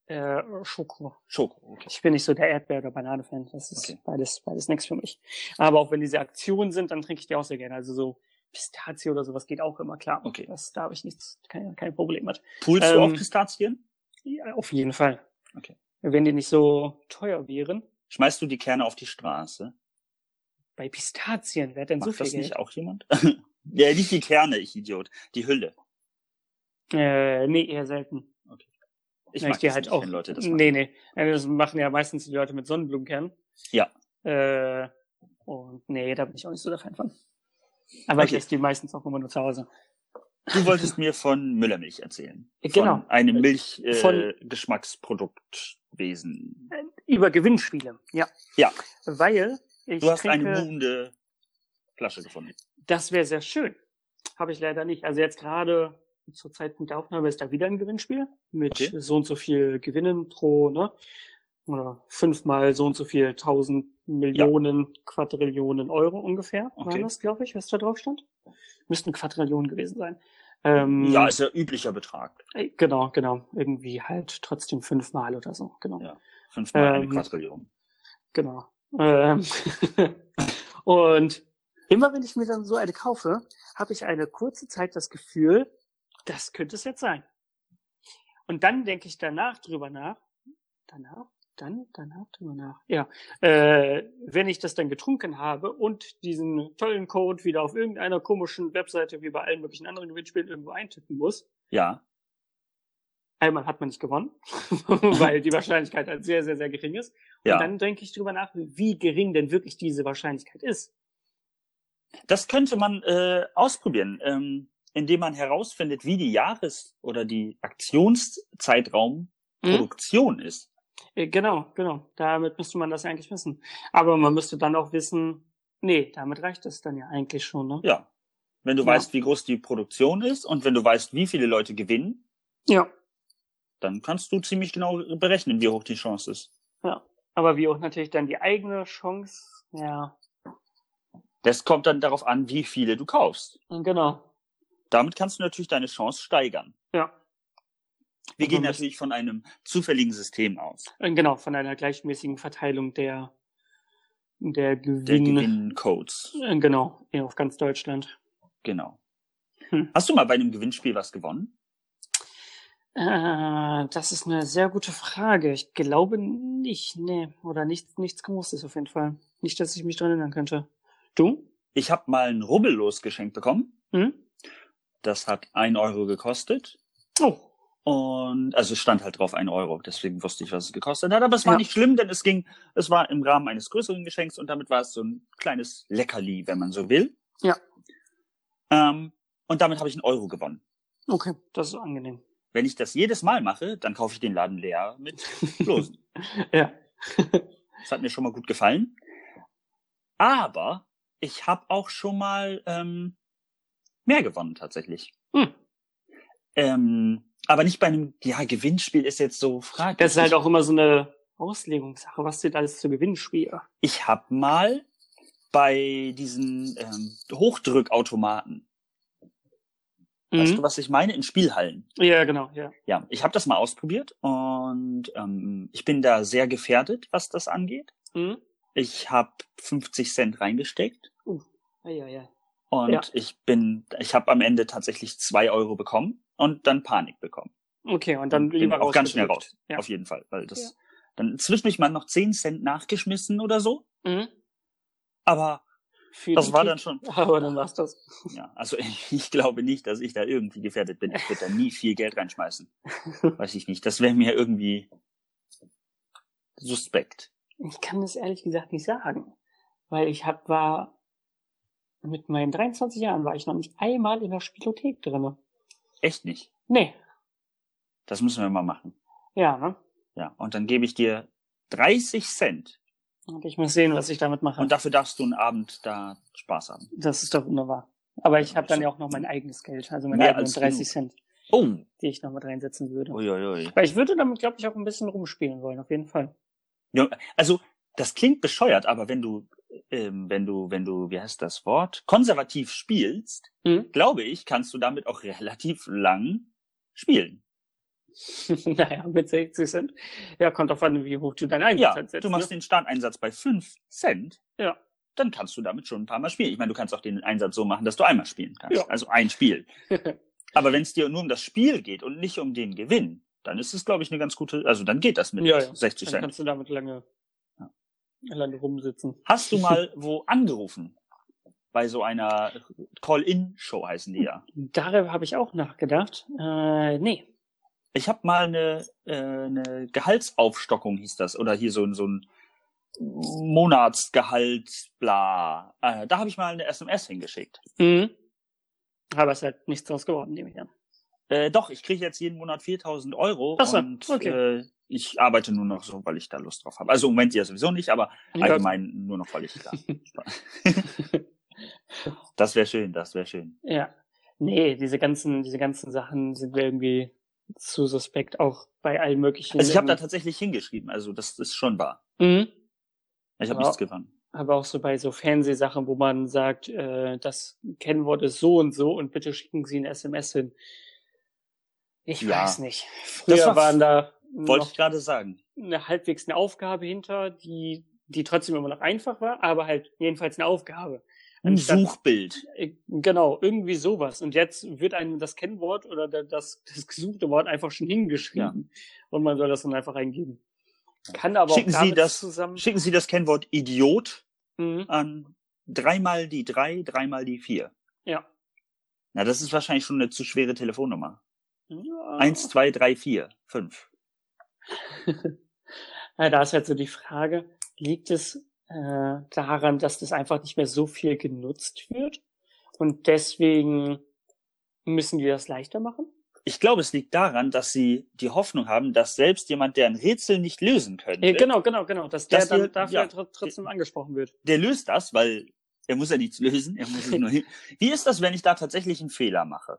B: Früher, äh, Schoko.
A: Schoko. Okay.
B: Ich bin nicht so der Erdbeer- oder Banane-Fan. Das ist
A: Okay.
B: beides, beides nichts für mich. Aber auch wenn diese Aktionen sind, dann trinke ich die auch sehr gerne. Also so Pistazie oder sowas geht auch immer klar.
A: Okay.
B: Das, da habe ich nichts, kein, kein Problem mit.
A: Poolst du
B: Ähm,
A: auch Pistazien?
B: Ja, auf jeden Fall.
A: Okay.
B: Wenn die nicht so teuer wären,
A: Schmeißt du die Kerne auf die Straße?
B: bei Pistazien, wer hat denn
A: Macht
B: so viel
A: das
B: Geld?
A: nicht auch jemand? ja, nicht die Kerne, ich Idiot. Die Hülle.
B: Äh, nee, eher selten.
A: Ich
B: Ja,
A: mag
B: geh halt
A: das nicht, wenn Leute das machen.
B: nee, nee. Äh, Das machen ja meistens die Leute mit Sonnenblumenkernen.
A: Ja.
B: Äh, und nee, da bin ich auch nicht so der Fan von. Aber ich
A: Okay.
B: esse die meistens auch immer nur zu Hause.
A: Du wolltest mir von Müllermilch erzählen.
B: Genau.
A: Von einem Milch, äh,
B: Von-
A: Geschmacksproduktwesen.
B: Über Gewinnspiele, ja.
A: Ja.
B: Weil ich
A: Du hast
B: trinke,
A: eine boomende Flasche gefunden.
B: das wäre sehr schön. Habe ich leider nicht. Also jetzt gerade zur Zeitpunkt der Aufnahme ist da wieder ein Gewinnspiel mit
A: Okay.
B: so und so viel Gewinnen pro, ne? Oder fünfmal so und so viel tausend Millionen, Quadrillionen Euro ungefähr. War
A: Okay.
B: das, glaube ich, was da drauf stand? Müssten Quadrillionen gewesen sein. Ähm,
A: Ja, ist ja üblicher Betrag.
B: äh, genau, genau. Irgendwie halt trotzdem fünfmal oder so, genau.
A: Ja. Fünfmal eine
B: Ähm,
A: Quadrillion.
B: Genau. Ähm, und immer wenn ich mir dann so eine kaufe, habe ich eine kurze Zeit das Gefühl, das könnte es jetzt sein. Und dann denke ich danach drüber nach, danach, dann, danach drüber nach. Ja, äh, wenn ich das dann getrunken habe und diesen tollen Code wieder auf irgendeiner komischen Webseite wie bei allen möglichen anderen Gewinnspielen irgendwo eintippen muss,
A: Ja.
B: einmal hat man nicht gewonnen, weil die Wahrscheinlichkeit halt sehr, sehr, sehr gering ist.
A: Ja.
B: Und dann denke ich drüber nach, wie gering denn wirklich diese Wahrscheinlichkeit ist.
A: Das könnte man äh, ausprobieren, ähm, indem man herausfindet, wie die Jahres- oder die Aktionszeitraum Produktion ist.
B: Äh, Genau, genau. Damit müsste man das eigentlich wissen. Aber man müsste dann auch wissen, nee, damit reicht es dann ja eigentlich schon, ne?
A: Ja. Wenn du
B: Ja.
A: weißt, wie groß die Produktion ist und wenn du weißt, wie viele Leute gewinnen,
B: Ja.
A: dann kannst du ziemlich genau berechnen, wie hoch die Chance ist.
B: Aber wie auch natürlich dann die eigene Chance, ja,
A: Das kommt dann darauf an, wie viele du kaufst.
B: genau.
A: Damit kannst du natürlich deine Chance steigern.
B: Ja, Also
A: Wir
B: Und
A: gehen
B: man muss-
A: natürlich von einem zufälligen System aus.
B: äh, genau, von einer gleichmäßigen Verteilung der, der
A: Der
B: Gewinne.
A: Gewinncodes.
B: Äh, Genau, ja, auf ganz Deutschland.
A: Genau.
B: Hm.
A: Hast du mal bei einem Gewinnspiel was gewonnen?
B: Äh, das ist eine sehr gute Frage. Ich glaube nicht, nee. Oder nichts, nichts Großes auf jeden Fall. Nicht, dass ich mich dran erinnern könnte. Du?
A: Ich habe mal ein Rubbellos geschenkt bekommen.
B: Hm?
A: Das hat ein Euro gekostet.
B: Oh.
A: Und also es stand halt drauf ein Euro, deswegen wusste ich, was es gekostet hat. Aber es war
B: Ja.
A: nicht schlimm, denn es ging, es war im Rahmen eines größeren Geschenks und damit war es so ein kleines Leckerli, wenn man so will.
B: Ja.
A: Ähm, und damit habe ich einen Euro gewonnen.
B: Okay, das ist angenehm.
A: Wenn ich das jedes Mal mache, dann kaufe ich den Laden leer mit Losen.
B: Ja.
A: das hat mir schon mal gut gefallen. Aber ich habe auch schon mal ähm, mehr gewonnen tatsächlich.
B: Hm.
A: Ähm, aber nicht bei einem, ja, Gewinnspiel ist jetzt so fraglich.
B: Das ist halt auch immer so eine Auslegungssache, was steht alles zu gewinnen, Spiel.
A: Ich hab mal bei diesen ähm, Hochdrückautomaten, weißt du,
B: Mhm.
A: was ich meine, in Spielhallen.
B: Ja, genau, ja.
A: Ja, ich habe das mal ausprobiert und ähm, ich bin da sehr gefährdet, was das angeht.
B: Mhm.
A: Ich habe 50 Cent reingesteckt
B: Ja, ja, ja.
A: und
B: Ja.
A: ich bin, ich habe am Ende tatsächlich zwei Euro bekommen und dann Panik bekommen.
B: Okay, und dann
A: Bin
B: lieber
A: auch ganz schnell
B: rausgedrückt. Ja.
A: Auf jeden Fall, weil das
B: Ja.
A: dann zwischendurch mal noch 10 Cent nachgeschmissen oder so,
B: Mhm.
A: aber
B: Hm? für
A: Das
B: die
A: war
B: Kick,
A: dann schon.
B: Aber dann war's das.
A: Ja, also ich glaube nicht, dass ich da irgendwie gefährdet bin. Ich würde da nie viel Geld reinschmeißen. Weiß ich nicht. Das wäre mir irgendwie suspekt.
B: Ich kann das ehrlich gesagt nicht sagen. Weil ich hab, war, mit meinen 23 Jahren war ich noch nicht einmal in der Spielothek drinne.
A: Echt nicht.
B: Nee,
A: Das müssen wir mal machen.
B: ja, ne?
A: Ja, und dann gebe ich dir 30 Cent.
B: Und ich muss sehen, was ich damit mache.
A: Und dafür darfst du einen Abend da Spaß haben.
B: das ist doch wunderbar. Aber ich
A: Ja,
B: habe dann
A: so-
B: ja auch noch mein eigenes Geld, also meine
A: Mehr
B: eigenen
A: als
B: 30 Cent,
A: Oh,
B: die ich noch mit reinsetzen würde.
A: uiuiui.
B: Weil ich würde damit, glaube ich, auch ein bisschen rumspielen wollen, auf jeden Fall.
A: Also, das klingt bescheuert, aber wenn du, ähm, wenn du, wenn du, wie heißt das Wort, konservativ spielst,
B: Hm?
A: glaube ich, kannst du damit auch relativ lang spielen.
B: naja, mit 60 Cent. Ja, kommt drauf an, wie hoch du deinen
A: Ja,
B: Einsatz setzt.
A: du machst
B: ne?
A: den Starteinsatz bei 5 Cent.
B: Ja.
A: Dann kannst du damit schon ein paar Mal spielen. Ich meine, du kannst auch den Einsatz so machen, dass du einmal spielen kannst.
B: Ja.
A: Also ein Spiel.
B: ne?
A: Aber wenn es dir nur um das Spiel geht und nicht um den Gewinn, dann ist es, glaube ich, eine ganz gute, also dann geht das mit
B: Ja, ja.
A: 60
B: Dann
A: Cent.
B: kannst du damit lange, lange rumsitzen.
A: Hast du mal wo angerufen? Bei so einer Call-In-Show heißen die ja.
B: Darüber habe ich auch nachgedacht. Äh, nee.
A: Ich habe mal eine, äh, eine Gehaltsaufstockung, hieß das. Oder hier so, ein- so ein Monatsgehalt, bla. Äh, da habe ich mal eine SMS hingeschickt.
B: Mhm. Aber es ist halt nichts draus geworden, nehme ich an.
A: Äh, doch, ich kriege jetzt jeden Monat 4000 Euro
B: Ach so,
A: und
B: okay.
A: äh, ich arbeite nur noch so, weil ich da Lust drauf habe. Also im Moment ja sowieso nicht, aber allgemein nur noch, weil ich da. das wäre schön, das wäre schön.
B: Ja. Nee, diese ganzen, diese ganzen Sachen sind mir irgendwie zu suspekt, auch bei allen möglichen.
A: Also ich habe da tatsächlich hingeschrieben, also das ist schon wahr.
B: mhm.
A: Ich habe
B: Ja.
A: nichts gewonnen.
B: Aber auch so bei so Fernsehsachen, wo man sagt, äh, das Kennwort ist so und so und bitte schicken Sie eine SMS hin. Ich
A: Ja.
B: weiß nicht. Früher
A: war-
B: waren da
A: Wollte
B: noch
A: ich gerade sagen.
B: eine halbwegs eine Aufgabe hinter, die, die trotzdem immer noch einfach war, aber halt jedenfalls eine Aufgabe.
A: Ein
B: Anstatt-
A: Suchbild.
B: Äh, Genau, irgendwie sowas. Und jetzt wird einem das Kennwort oder da- das, das gesuchte Wort einfach schon hingeschrieben. Und man soll das dann einfach eingeben. Kann aber
A: Schicken
B: auch
A: Sie
B: damit
A: das-
B: zusammen.
A: Schicken Sie das Kennwort Idiot
B: Mhm.
A: an dreimal die drei, dreimal die vier.
B: Ja.
A: Na, das ist wahrscheinlich schon eine zu schwere Telefonnummer.
B: Ja.
A: Eins, zwei, drei, vier, fünf.
B: Ja, da ist halt so die Frage, liegt es äh, daran, dass das einfach nicht mehr so viel genutzt wird? Und deswegen müssen die das leichter machen?
A: Ich glaube, es liegt daran, dass sie die Hoffnung haben, dass selbst jemand, der ein Rätsel nicht lösen könnte,
B: Äh, genau, genau, genau. Dass der
A: Dass
B: dann
A: wir-
B: dafür
A: ja.
B: tr- trotzdem angesprochen wird.
A: der löst das, weil er muss ja nichts lösen, er muss es nur hin. Wie ist das, wenn ich da tatsächlich einen Fehler mache?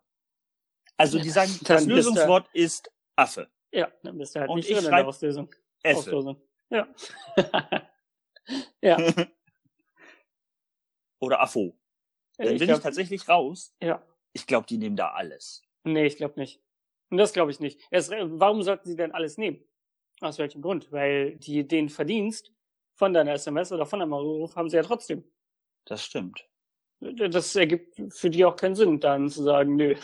A: Also die sagen,
B: Dann
A: das
B: bist du-
A: Lösungswort ist Affe.
B: Ja, dann bist du halt
A: Und
B: nicht
A: ich
B: drin in der
A: schreib-
B: Auslösung.
A: Effe.
B: Auslösung. Ja. ja.
A: Oder Affo. Dann
B: Ich
A: bin
B: glaub,
A: ich tatsächlich raus.
B: Ja.
A: Ich glaube, die nehmen da alles.
B: nee, ich glaube nicht. Und das glaube ich nicht. Erst, re- warum sollten sie denn alles nehmen? Aus welchem Grund? Weil die den Verdienst von deiner SMS oder von deinem Anruf haben sie ja trotzdem.
A: Das stimmt.
B: Das ergibt für die auch keinen Sinn, dann zu sagen, nö.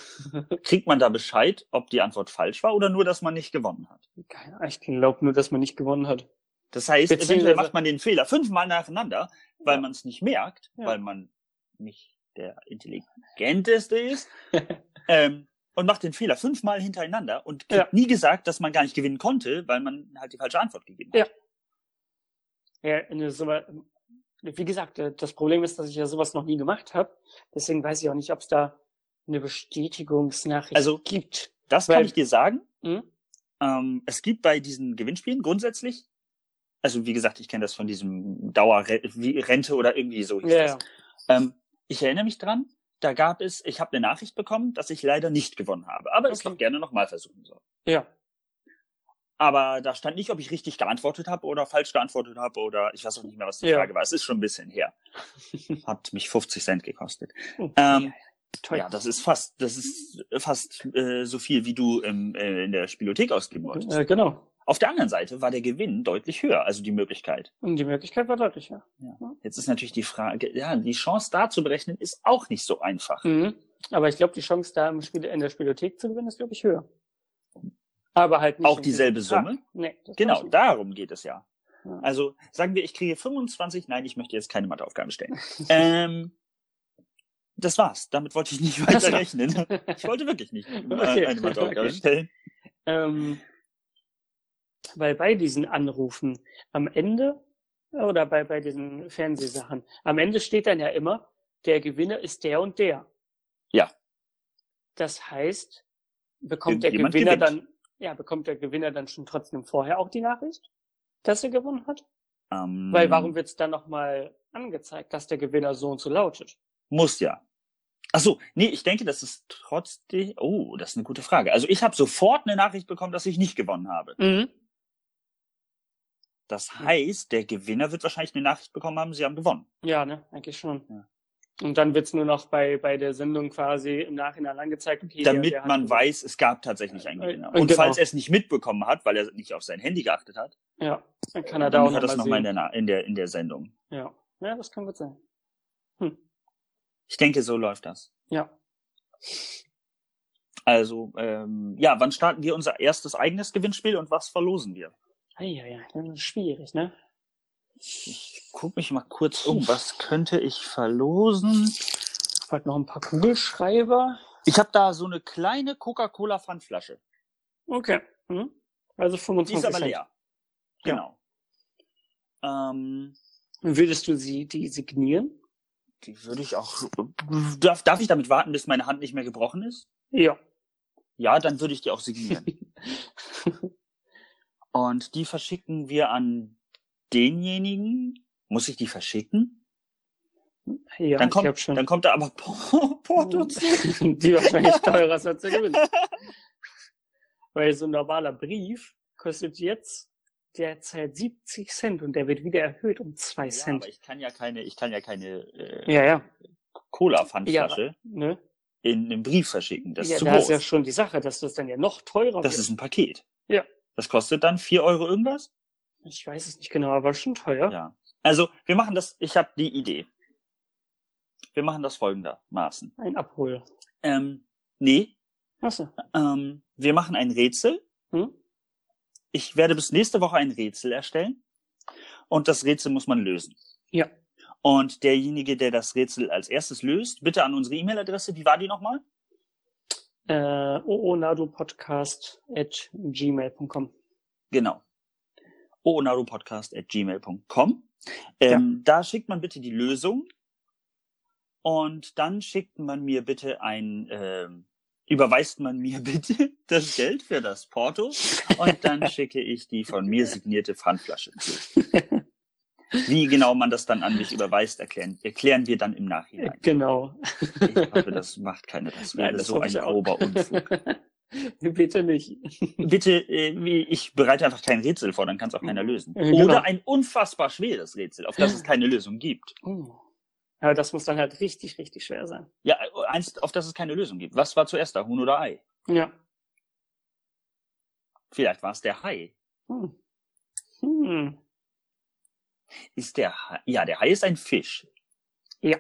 A: Kriegt man da Bescheid, ob die Antwort falsch war oder nur, dass man nicht gewonnen hat?
B: Keine- Ich glaube nur, dass man nicht gewonnen hat.
A: Das heißt,
B: Beziehungsweise-
A: eventuell macht man den Fehler fünfmal nacheinander, weil
B: Ja.
A: man es nicht merkt,
B: Ja.
A: weil man nicht der intelligenteste ist ähm, und macht den Fehler fünfmal hintereinander und kriegt
B: Ja.
A: nie gesagt, dass man gar nicht gewinnen konnte, weil man halt die falsche Antwort gegeben hat.
B: Ja. Ja, ne, so, wa- wie gesagt, äh, das Problem ist, dass ich ja sowas noch nie gemacht habe. Deswegen weiß ich auch nicht, ob es da eine Bestätigungsnachricht
A: Also-
B: gibt.
A: Das
B: Weil-
A: kann ich dir sagen.
B: Hm?
A: Ähm, es gibt bei diesen Gewinnspielen grundsätzlich, also wie gesagt, ich kenne das von diesem Dauerrente oder irgendwie so hieß
B: Ja,
A: das.
B: ja.
A: Ähm, ich erinnere mich dran, da gab es, ich habe eine Nachricht bekommen, dass ich leider nicht gewonnen habe, aber es
B: Okay.
A: doch gerne nochmal versuchen soll.
B: ja.
A: Aber da stand nicht, ob ich richtig geantwortet habe oder falsch geantwortet habe oder ich weiß auch nicht mehr, was die
B: Ja.
A: Frage war. Es ist schon ein bisschen her. Hat mich 50 Cent gekostet.
B: Oh,
A: Ähm,
B: Toll.
A: Ja, das ist fast, das ist fast äh, so viel, wie du im, äh, in der Spielothek ausgeben wolltest.
B: äh, genau.
A: Auf der anderen Seite war der Gewinn deutlich höher, also die Möglichkeit.
B: Und die Möglichkeit war deutlich, ja.
A: Jetzt ist natürlich die Frage, ja, die Chance da zu berechnen ist auch nicht so einfach.
B: Mhm. Aber ich glaube, die Chance, da im Spiel, in der Spielothek zu gewinnen, ist, glaube ich, höher. Aber halt nicht.
A: Auch
B: in
A: dieselbe
B: diesem Betrag.
A: Summe?
B: Nee, das weiß
A: Genau,
B: ich nicht.
A: darum geht es ja.
B: Ja.
A: Also sagen wir, ich kriege 25, nein, ich möchte jetzt keine Matheaufgaben stellen. ähm, das war's. Damit wollte ich nicht
B: Das
A: weiter
B: war's.
A: rechnen. Ich wollte wirklich nicht äh,
B: Okay,
A: eine Matheaufgabe
B: okay.
A: stellen.
B: Ähm, weil bei diesen Anrufen am Ende äh, oder bei, bei diesen Fernsehsachen, am Ende steht dann ja immer, der Gewinner ist der und der.
A: Ja.
B: Das heißt, bekommt der
A: Irgendjemand
B: Gewinner
A: gewinnt.
B: dann, ja, bekommt der Gewinner dann schon trotzdem vorher auch die Nachricht, dass er gewonnen hat?
A: Ähm,
B: Weil warum wird's dann nochmal angezeigt, dass der Gewinner so und so lautet?
A: Muss ja. Ach so, nee, ich denke, das ist trotzdem. Oh, das ist eine gute Frage. Also ich habe sofort eine Nachricht bekommen, dass ich nicht gewonnen habe.
B: Mhm.
A: Das heißt, der Gewinner wird wahrscheinlich eine Nachricht bekommen haben, sie haben gewonnen.
B: Ja, ne, eigentlich schon.
A: Ja.
B: Und dann wird's nur noch bei, bei der Sendung quasi im Nachhinein angezeigt, okay, der-
A: damit
B: der hat
A: man
B: gewonnen.
A: weiß, es gab tatsächlich einen
B: Äh,
A: Gewinner.
B: äh,
A: Und
B: genau.
A: falls er es nicht mitbekommen hat, weil er nicht auf sein Handy geachtet hat,
B: Ja, dann kann er
A: dann
B: da auch
A: hört das
B: noch
A: nochmal in der,
B: mal sehen.
A: Na- in, der, in der Sendung.
B: Ja. ja, das kann gut sein.
A: Ich denke, so läuft das.
B: Ja.
A: Also, ähm, ja, wann starten wir unser erstes eigenes Gewinnspiel und was verlosen wir?
B: Ja, ja, das ist schwierig, ne?
A: Ich guck mich mal kurz um. Was könnte ich verlosen?
B: Ich wollte noch ein paar Kugelschreiber.
A: Ich habe da so eine kleine Coca-Cola-Pfandflasche.
B: Okay. Mhm. Also
A: Die
B: 25
A: ist aber
B: Cent.
A: leer. Genau. Ähm,
B: Würdest du sie die signieren?
A: die würde ich auch. Darf, darf ich damit warten, bis meine Hand nicht mehr gebrochen ist?
B: Ja.
A: Ja, dann würde ich die auch signieren. Und die verschicken wir an denjenigen. Muss ich die verschicken?
B: Ja, Oh,
A: dann,
B: ich
A: kommt,
B: glaube schon.
A: dann kommt da aber Po- Porto zu.
B: Hm. die wahrscheinlich teurer ist als der Gewinn. Weil so ein normaler Brief kostet jetzt derzeit 70 Cent und der wird wieder erhöht um 2
A: Ja,
B: Cent.
A: aber ich kann ja keine, ich kann ja keine äh,
B: Ja, ja.
A: Cola-Pfandflasche
B: Ne?
A: in einem Brief verschicken. Das
B: ja,
A: ist zu
B: da
A: groß.
B: ist ja schon die Sache, dass das dann ja noch teurer
A: das
B: wird.
A: ist ein Paket.
B: Ja.
A: Das kostet dann vier Euro irgendwas?
B: Ich weiß es nicht genau, aber schon teuer.
A: Ja. Also, wir machen das, ich habe die Idee. Wir machen das folgendermaßen.
B: Ein Abhol.
A: Ähm, nee,
B: Achso.
A: ähm, wir machen ein Rätsel.
B: Hm?
A: Ich werde bis nächste Woche ein Rätsel erstellen. Und das Rätsel muss man lösen.
B: Ja.
A: Und derjenige, der das Rätsel als erstes löst, bitte an unsere E-Mail-Adresse. Wie war die nochmal?
B: Äh, oonadopodcast at gmail.com.
A: Genau. oonarupodcast.gmail.com. Ähm, Da schickt man bitte die Lösung. Und dann schickt man mir bitte ein, ähm, überweist man mir bitte das Geld für das Porto. Und dann schicke ich die von mir signierte Pfandflasche zu. Wie genau man das dann an mich überweist, erklären, erklären wir dann im Nachhinein.
B: Genau.
A: Ich hoffe, das macht keiner. Das wäre
B: Nein, das
A: so
B: hoffe
A: ein
B: ich auch.
A: grober Unfug.
B: Bitte nicht.
A: Bitte, äh, wie- ich bereite einfach kein Rätsel vor, dann kann es auch keiner lösen.
B: Äh, genau.
A: Oder ein unfassbar schweres Rätsel, auf das es keine Lösung gibt.
B: Oh. Aber das muss dann halt richtig, richtig schwer sein.
A: Ja, äh, eins, auf das es keine Lösung gibt. Was war zuerst da, Huhn oder Ei?
B: Ja.
A: Vielleicht war es der Hai.
B: Hm. Hm.
A: Ist der Hai, ja, der Hai ist ein Fisch.
B: Ja.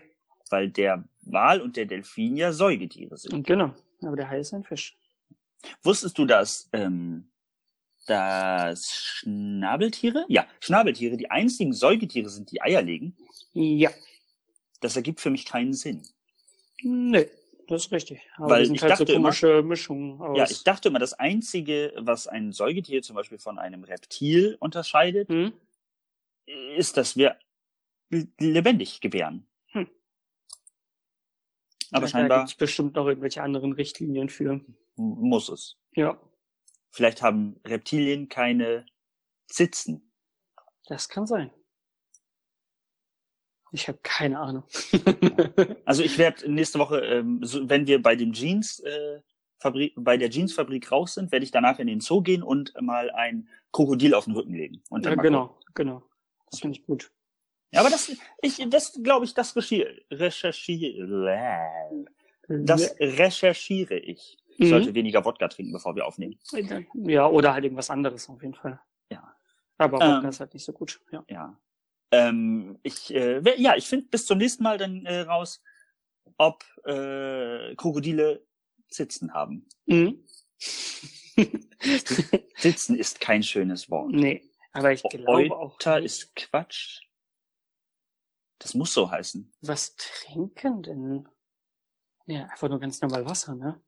A: Weil der Wal und der Delfin ja Säugetiere sind.
B: Genau. Aber der Hai ist ein Fisch.
A: Wusstest du, dass, ähm, dass Schnabeltiere, ja, Schnabeltiere die einzigen Säugetiere sind, die Eier legen?
B: Ja.
A: Das ergibt für mich keinen Sinn.
B: Nee. Das ist richtig. Aber
A: Weil
B: die sind
A: ich
B: halt
A: dachte
B: so
A: immer-
B: komische Mischungen aus.
A: Ja, ich dachte immer, das Einzige, was ein Säugetier zum Beispiel von einem Reptil unterscheidet,
B: hm?
A: ist, dass wir l- lebendig gebären.
B: Hm.
A: Aber
B: Ja, Da
A: scheinbar
B: gibt's bestimmt noch irgendwelche anderen Richtlinien für.
A: muss es.
B: Ja,
A: Vielleicht haben Reptilien keine Zitzen.
B: das kann sein. Ich habe keine Ahnung.
A: Also ich werde nächste Woche, ähm, so, wenn wir bei dem Jeans äh, Fabrik, bei der Jeansfabrik raus sind, werde ich danach in den Zoo gehen und mal ein Krokodil auf den Rücken legen. Und dann
B: ja,
A: mal
B: genau, genau. Das finde ich gut.
A: Ja, aber das, ich, das glaube ich, das recherchiere, recherchiere, das recherchiere ich. Ich
B: Mhm.
A: sollte weniger Wodka trinken, bevor wir aufnehmen.
B: ja, oder halt irgendwas anderes auf jeden Fall.
A: Ja.
B: Aber
A: Ähm.
B: Wodka ist halt nicht so gut. Ja.
A: Ja. Ähm, ich, äh, wer- ja, ich finde bis zum nächsten Mal dann äh, raus, ob äh, Krokodile Sitzen haben.
B: Mhm.
A: Sitzen ist kein schönes Wort.
B: nee. Aber ich glaube auch,
A: Euter
B: nicht.
A: ist Quatsch. Das muss so heißen.
B: was trinken denn? Ja, einfach nur ganz normal Wasser, ne?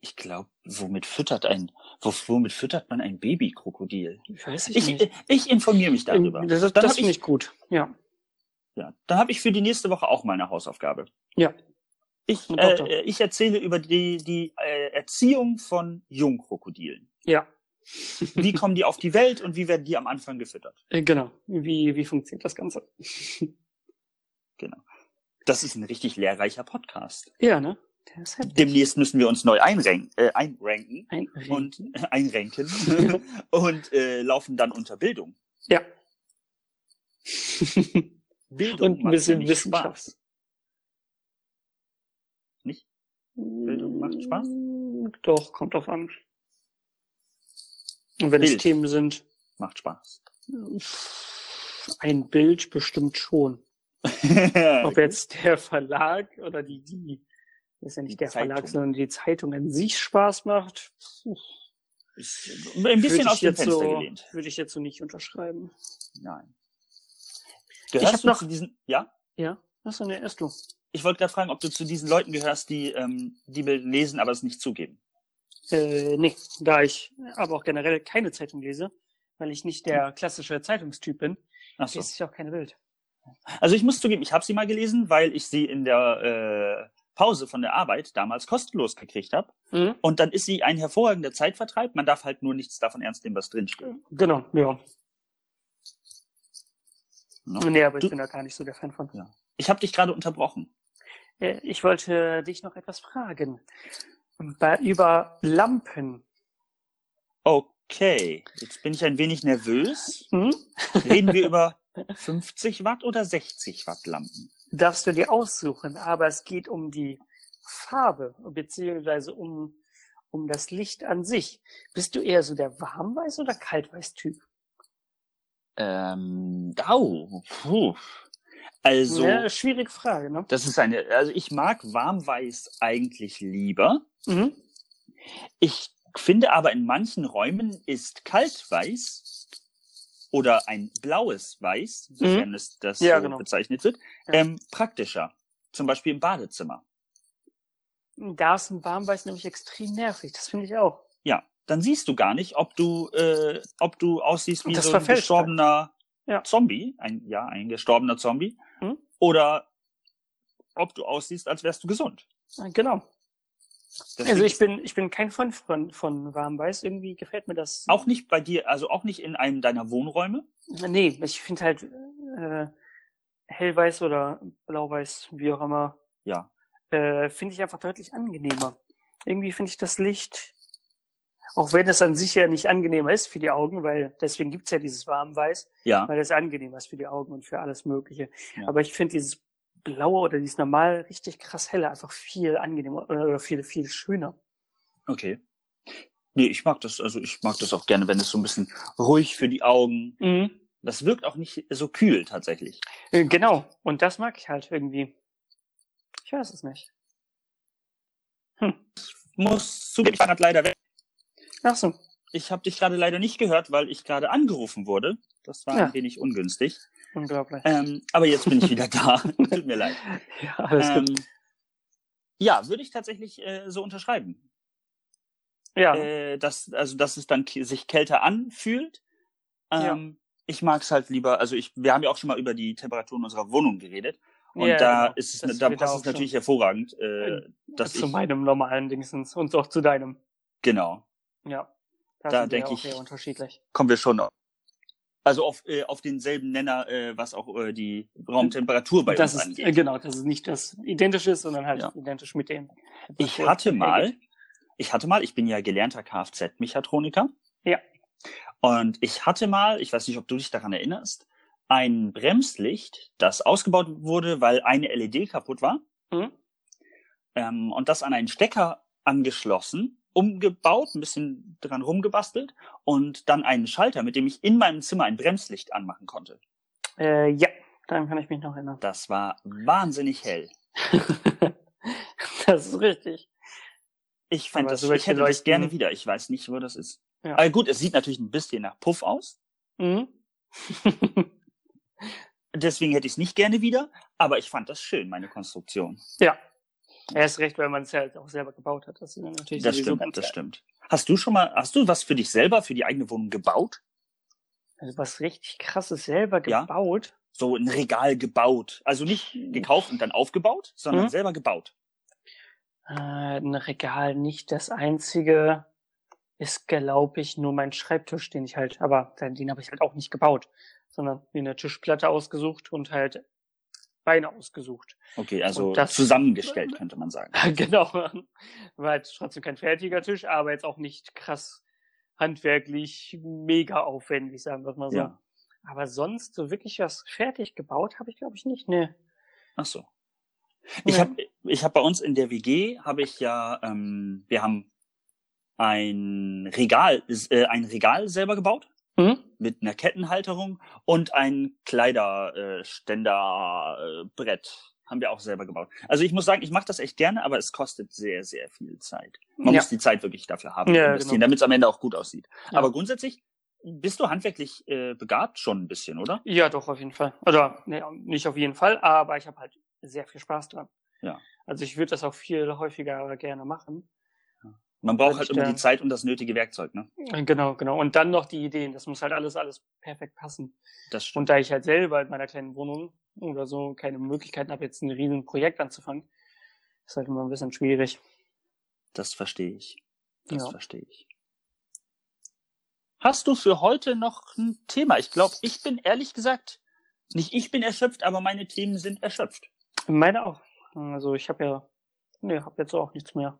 A: Ich glaube, womit füttert ein, wo- womit füttert man ein Babykrokodil?
B: Ich weiß ich
A: Ich,
B: nicht.
A: ich, ich informiere mich darüber.
B: Ähm, Das, das,
A: Dann
B: das
A: hab
B: finde ich gut. Ja.
A: Ja, dann habe ich für die nächste Woche auch meine Hausaufgabe.
B: Ja.
A: Ich,
B: Und Doktor.
A: äh, ich erzähle über die, die äh, Erziehung von Jungkrokodilen.
B: Ja,
A: Wie kommen die auf die Welt und wie werden die am Anfang gefüttert?
B: äh, genau. Wie, wie funktioniert das Ganze?
A: Das ist ein richtig lehrreicher Podcast.
B: ja, ne? Der ist halt
A: Demnächst müssen wir uns neu einrank äh, einranken
B: ein
A: und äh, einrenken und äh, laufen dann unter Bildung.
B: Ja.
A: Bildung
B: und ein bisschen Wissenschaft.
A: Nicht? Bildung macht Spaß?
B: Mm, Doch, kommt drauf an. Und wenn es
A: Bild.
B: Themen sind,
A: Macht Spaß.
B: pff, ein Bild bestimmt schon. Ob jetzt der Verlag oder die, die, das ist ja
A: Die
B: nicht der
A: Zeitung.
B: Verlag, sondern die Zeitung an sich Spaß macht, puh,
A: Ist ein bisschen
B: würde
A: aus
B: ich,
A: dem
B: jetzt
A: Fenster
B: so,
A: gelehnt.
B: würde ich jetzt so nicht unterschreiben.
A: Nein.
B: hab
A: Gehörst du
B: noch-
A: zu diesen, ja?
B: Ja, was denn erst du?
A: Ich wollte gerade fragen, ob du zu diesen Leuten gehörst, die ähm, die Bibel lesen, aber es nicht zugeben.
B: Äh, nee, da ich aber auch generell keine Zeitung lese, weil ich nicht der klassische Zeitungstyp bin,
A: Ach so.
B: lese ich auch keine Bild.
A: Also ich muss zugeben, ich habe sie mal gelesen, weil ich sie in der äh, Pause von der Arbeit damals kostenlos gekriegt habe. Und dann ist sie ein hervorragender Zeitvertreib. Man darf halt nur nichts davon ernst nehmen, was drinsteht.
B: Genau, ja.
A: Ne?
B: Nee, aber ich
A: Du-
B: bin da gar nicht so der Fan von.
A: Ich habe dich gerade unterbrochen.
B: Äh, ich wollte dich noch etwas fragen. Bei, über Lampen.
A: Okay, jetzt bin ich ein wenig nervös.
B: Hm?
A: Reden wir über 50 Watt oder 60 Watt Lampen?
B: darfst du dir aussuchen, aber es geht um die Farbe beziehungsweise um, um das Licht an sich. Bist du eher so der Warmweiß- oder Kaltweiß-Typ?
A: Ähm, au, puh. Also,
B: Ja, schwierige Frage, ne?
A: Das ist eine, also ich mag warmweiß eigentlich lieber.
B: Mhm.
A: Ich finde aber in manchen Räumen ist kaltweiß oder ein blaues Weiß, sofern es das
B: Ja,
A: so
B: genau.
A: bezeichnet wird,
B: Ja.
A: ähm, praktischer. Zum Beispiel im Badezimmer.
B: Da ist ein Warmweiß nämlich extrem nervig, das finde ich auch.
A: Ja, dann siehst du gar nicht, ob du, äh, ob du aussiehst wie
B: Das
A: so ein
B: verfälscht halt.
A: gestorbener
B: Ja.
A: Zombie, ein, ja, ein gestorbener Zombie,
B: Mhm.
A: oder ob du aussiehst, als wärst du gesund.
B: Genau.
A: Deswegen
B: Also ich bin, ich bin kein Fan von, von Warmweiß, irgendwie gefällt mir das.
A: Auch nicht bei dir, also auch nicht in einem deiner Wohnräume.
B: Nee, ich finde halt äh, hellweiß oder blauweiß, wie auch immer,
A: Ja.
B: äh, finde ich einfach deutlich angenehmer. Irgendwie finde ich das Licht, auch wenn es an sich ja nicht angenehmer ist für die Augen, weil deswegen gibt's ja dieses Warmweiß,
A: Ja.
B: weil das angenehmer ist für die Augen und für alles Mögliche.
A: Ja.
B: Aber ich finde dieses Blaue oder dieses normal richtig krass helle einfach viel angenehmer äh, oder viel, viel schöner.
A: Okay. Nee, ich mag das, also ich mag das auch gerne, wenn es so ein bisschen ruhig für die Augen. Das wirkt auch nicht so kühl tatsächlich.
B: Äh, Genau, und das mag ich halt irgendwie. Ich weiß es nicht.
A: Muss zugeben, ich war gerade leider weg.
B: Ach so.
A: Ich habe dich gerade leider nicht gehört, weil ich gerade angerufen wurde. Das war
B: Ja.
A: ein wenig ungünstig.
B: Unglaublich.
A: Ähm, aber jetzt bin ich wieder da. Tut mir leid.
B: Ja, alles gut.
A: Ähm, ja, würde ich tatsächlich äh, so unterschreiben.
B: Ja,
A: äh, dass, also, dass es dann k- sich kälter anfühlt. Ähm, Ich mag es halt lieber, also ich, wir haben ja auch schon mal über die Temperaturen unserer Wohnung geredet. Und
B: ja,
A: da
B: genau.
A: ist
B: Das
A: es, ne, da
B: wird
A: passt
B: auch
A: es
B: schon
A: natürlich hervorragend, äh, dass
B: zu
A: ich,
B: meinem normalen Dingsens und auch zu deinem.
A: genau,
B: Ja.
A: Da
B: sind wir
A: denk
B: auch
A: ich-
B: sehr unterschiedlich.
A: kommen wir schon auf, also auf, äh, auf denselben Nenner, äh, was auch äh, die Raumtemperatur bei
B: das
A: uns
B: ist,
A: angeht.
B: äh, genau, dass es nicht das Identische ist, sondern halt
A: Ja.
B: identisch mit dem.
A: Ich hatte mal, ich hatte mal, ich bin ja gelernter Kfz-Mechatroniker.
B: Ja.
A: Und ich hatte mal, ich weiß nicht, ob du dich daran erinnerst, ein Bremslicht, das ausgebaut wurde, weil eine LED kaputt war,
B: Hm?
A: ähm, und das an einen Stecker angeschlossen, umgebaut, ein bisschen dran rumgebastelt und dann einen Schalter, mit dem ich in meinem Zimmer ein Bremslicht anmachen konnte.
B: Äh, ja, daran kann ich mich noch erinnern.
A: Das war wahnsinnig hell.
B: das ist richtig.
A: Ich fand
B: Aber
A: das,
B: so
A: ich hätte
B: welche
A: das gerne
B: Leuchten-
A: wieder. Ich weiß nicht, wo das ist.
B: Ja.
A: Aber gut, es sieht natürlich ein bisschen nach Puff aus.
B: Mhm.
A: Deswegen hätte ich es nicht gerne wieder, aber ich fand das schön, meine Konstruktion.
B: ja. Er ist recht, weil man es ja halt auch selber gebaut hat. Das ist natürlich
A: das
B: sowieso
A: stimmt,
B: ganz
A: das
B: geil.
A: stimmt. Hast du schon mal, hast du was für dich selber, für die eigene Wohnung gebaut?
B: Also was richtig krasses selber
A: Ja.
B: gebaut.
A: So ein Regal gebaut. Also nicht
B: Hm.
A: gekauft und dann aufgebaut, sondern
B: Mhm.
A: selber gebaut.
B: Äh, ein Regal nicht das einzige ist, glaube ich, nur mein Schreibtisch, den ich halt, aber den, den habe ich halt auch nicht gebaut, sondern mir eine Tischplatte ausgesucht und halt Beine ausgesucht.
A: Okay, also
B: Und das-
A: zusammengestellt, könnte man sagen.
B: genau. War halt trotzdem kein fertiger Tisch, aber jetzt auch nicht krass handwerklich mega aufwendig, sagen wir mal so.
A: Ja.
B: Aber sonst so wirklich was fertig gebaut habe ich, glaube ich, nicht. Ne.
A: Ach so. Ich
B: Ja.
A: habe ich hab bei uns in der WG, habe ich ja, ähm, wir haben ein Regal, äh, ein Regal selber gebaut
B: Hm?
A: mit einer Kettenhalterung und ein Kleiderständerbrett äh, Ständer, äh, Brett haben wir auch selber gebaut. Also ich muss sagen, ich mache das echt gerne, aber es kostet sehr, sehr viel Zeit. Man
B: Ja.
A: muss die Zeit wirklich dafür haben,
B: Ja,
A: investieren,
B: genau.
A: damit es am Ende auch gut aussieht.
B: Ja.
A: Aber grundsätzlich bist du handwerklich äh, begabt schon ein bisschen, oder?
B: Ja, doch, auf jeden Fall. Oder nee, nicht auf jeden Fall, aber ich habe halt sehr viel Spaß dran.
A: Ja.
B: Also ich würde das auch viel häufiger gerne machen.
A: Man braucht
B: Würde
A: halt
B: ich
A: immer die
B: da-
A: Zeit und das nötige Werkzeug, ne?
B: Äh, Genau, genau. Und dann noch die Ideen. Das muss halt alles, alles perfekt passen.
A: Das stimmt.
B: Und da ich halt selber in meiner kleinen Wohnung oder so keine Möglichkeiten habe, jetzt ein riesen Projekt anzufangen, ist halt immer ein bisschen schwierig.
A: Das verstehe ich. Das
B: Ja.
A: verstehe ich. Hast du für heute noch ein Thema? Ich glaube, ich bin ehrlich gesagt, nicht ich bin erschöpft, aber meine Themen sind erschöpft.
B: Meine auch. Also ich habe ja, nee, habe jetzt auch nichts mehr.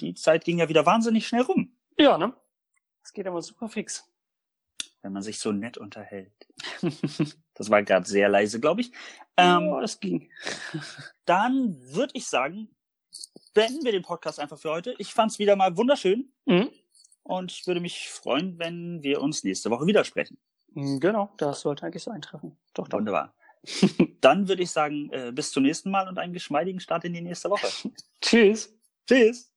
A: Die Zeit ging ja wieder wahnsinnig schnell rum,
B: Ja, ne? Es geht aber super fix.
A: wenn man sich so nett unterhält. Das war gerade sehr leise, glaube ich. Ähm,
B: ja, es ging.
A: dann würde ich sagen, beenden wir den Podcast einfach für heute. Ich fand es wieder mal wunderschön
B: Mhm.
A: und ich würde mich freuen, wenn wir uns nächste Woche wieder sprechen.
B: Genau, das sollte eigentlich so eintreffen. Doch, doch.
A: Wunderbar. Dann würde ich sagen, äh, bis zum nächsten Mal und einen geschmeidigen Start in die nächste Woche.
B: Tschüss.
A: Tschüss.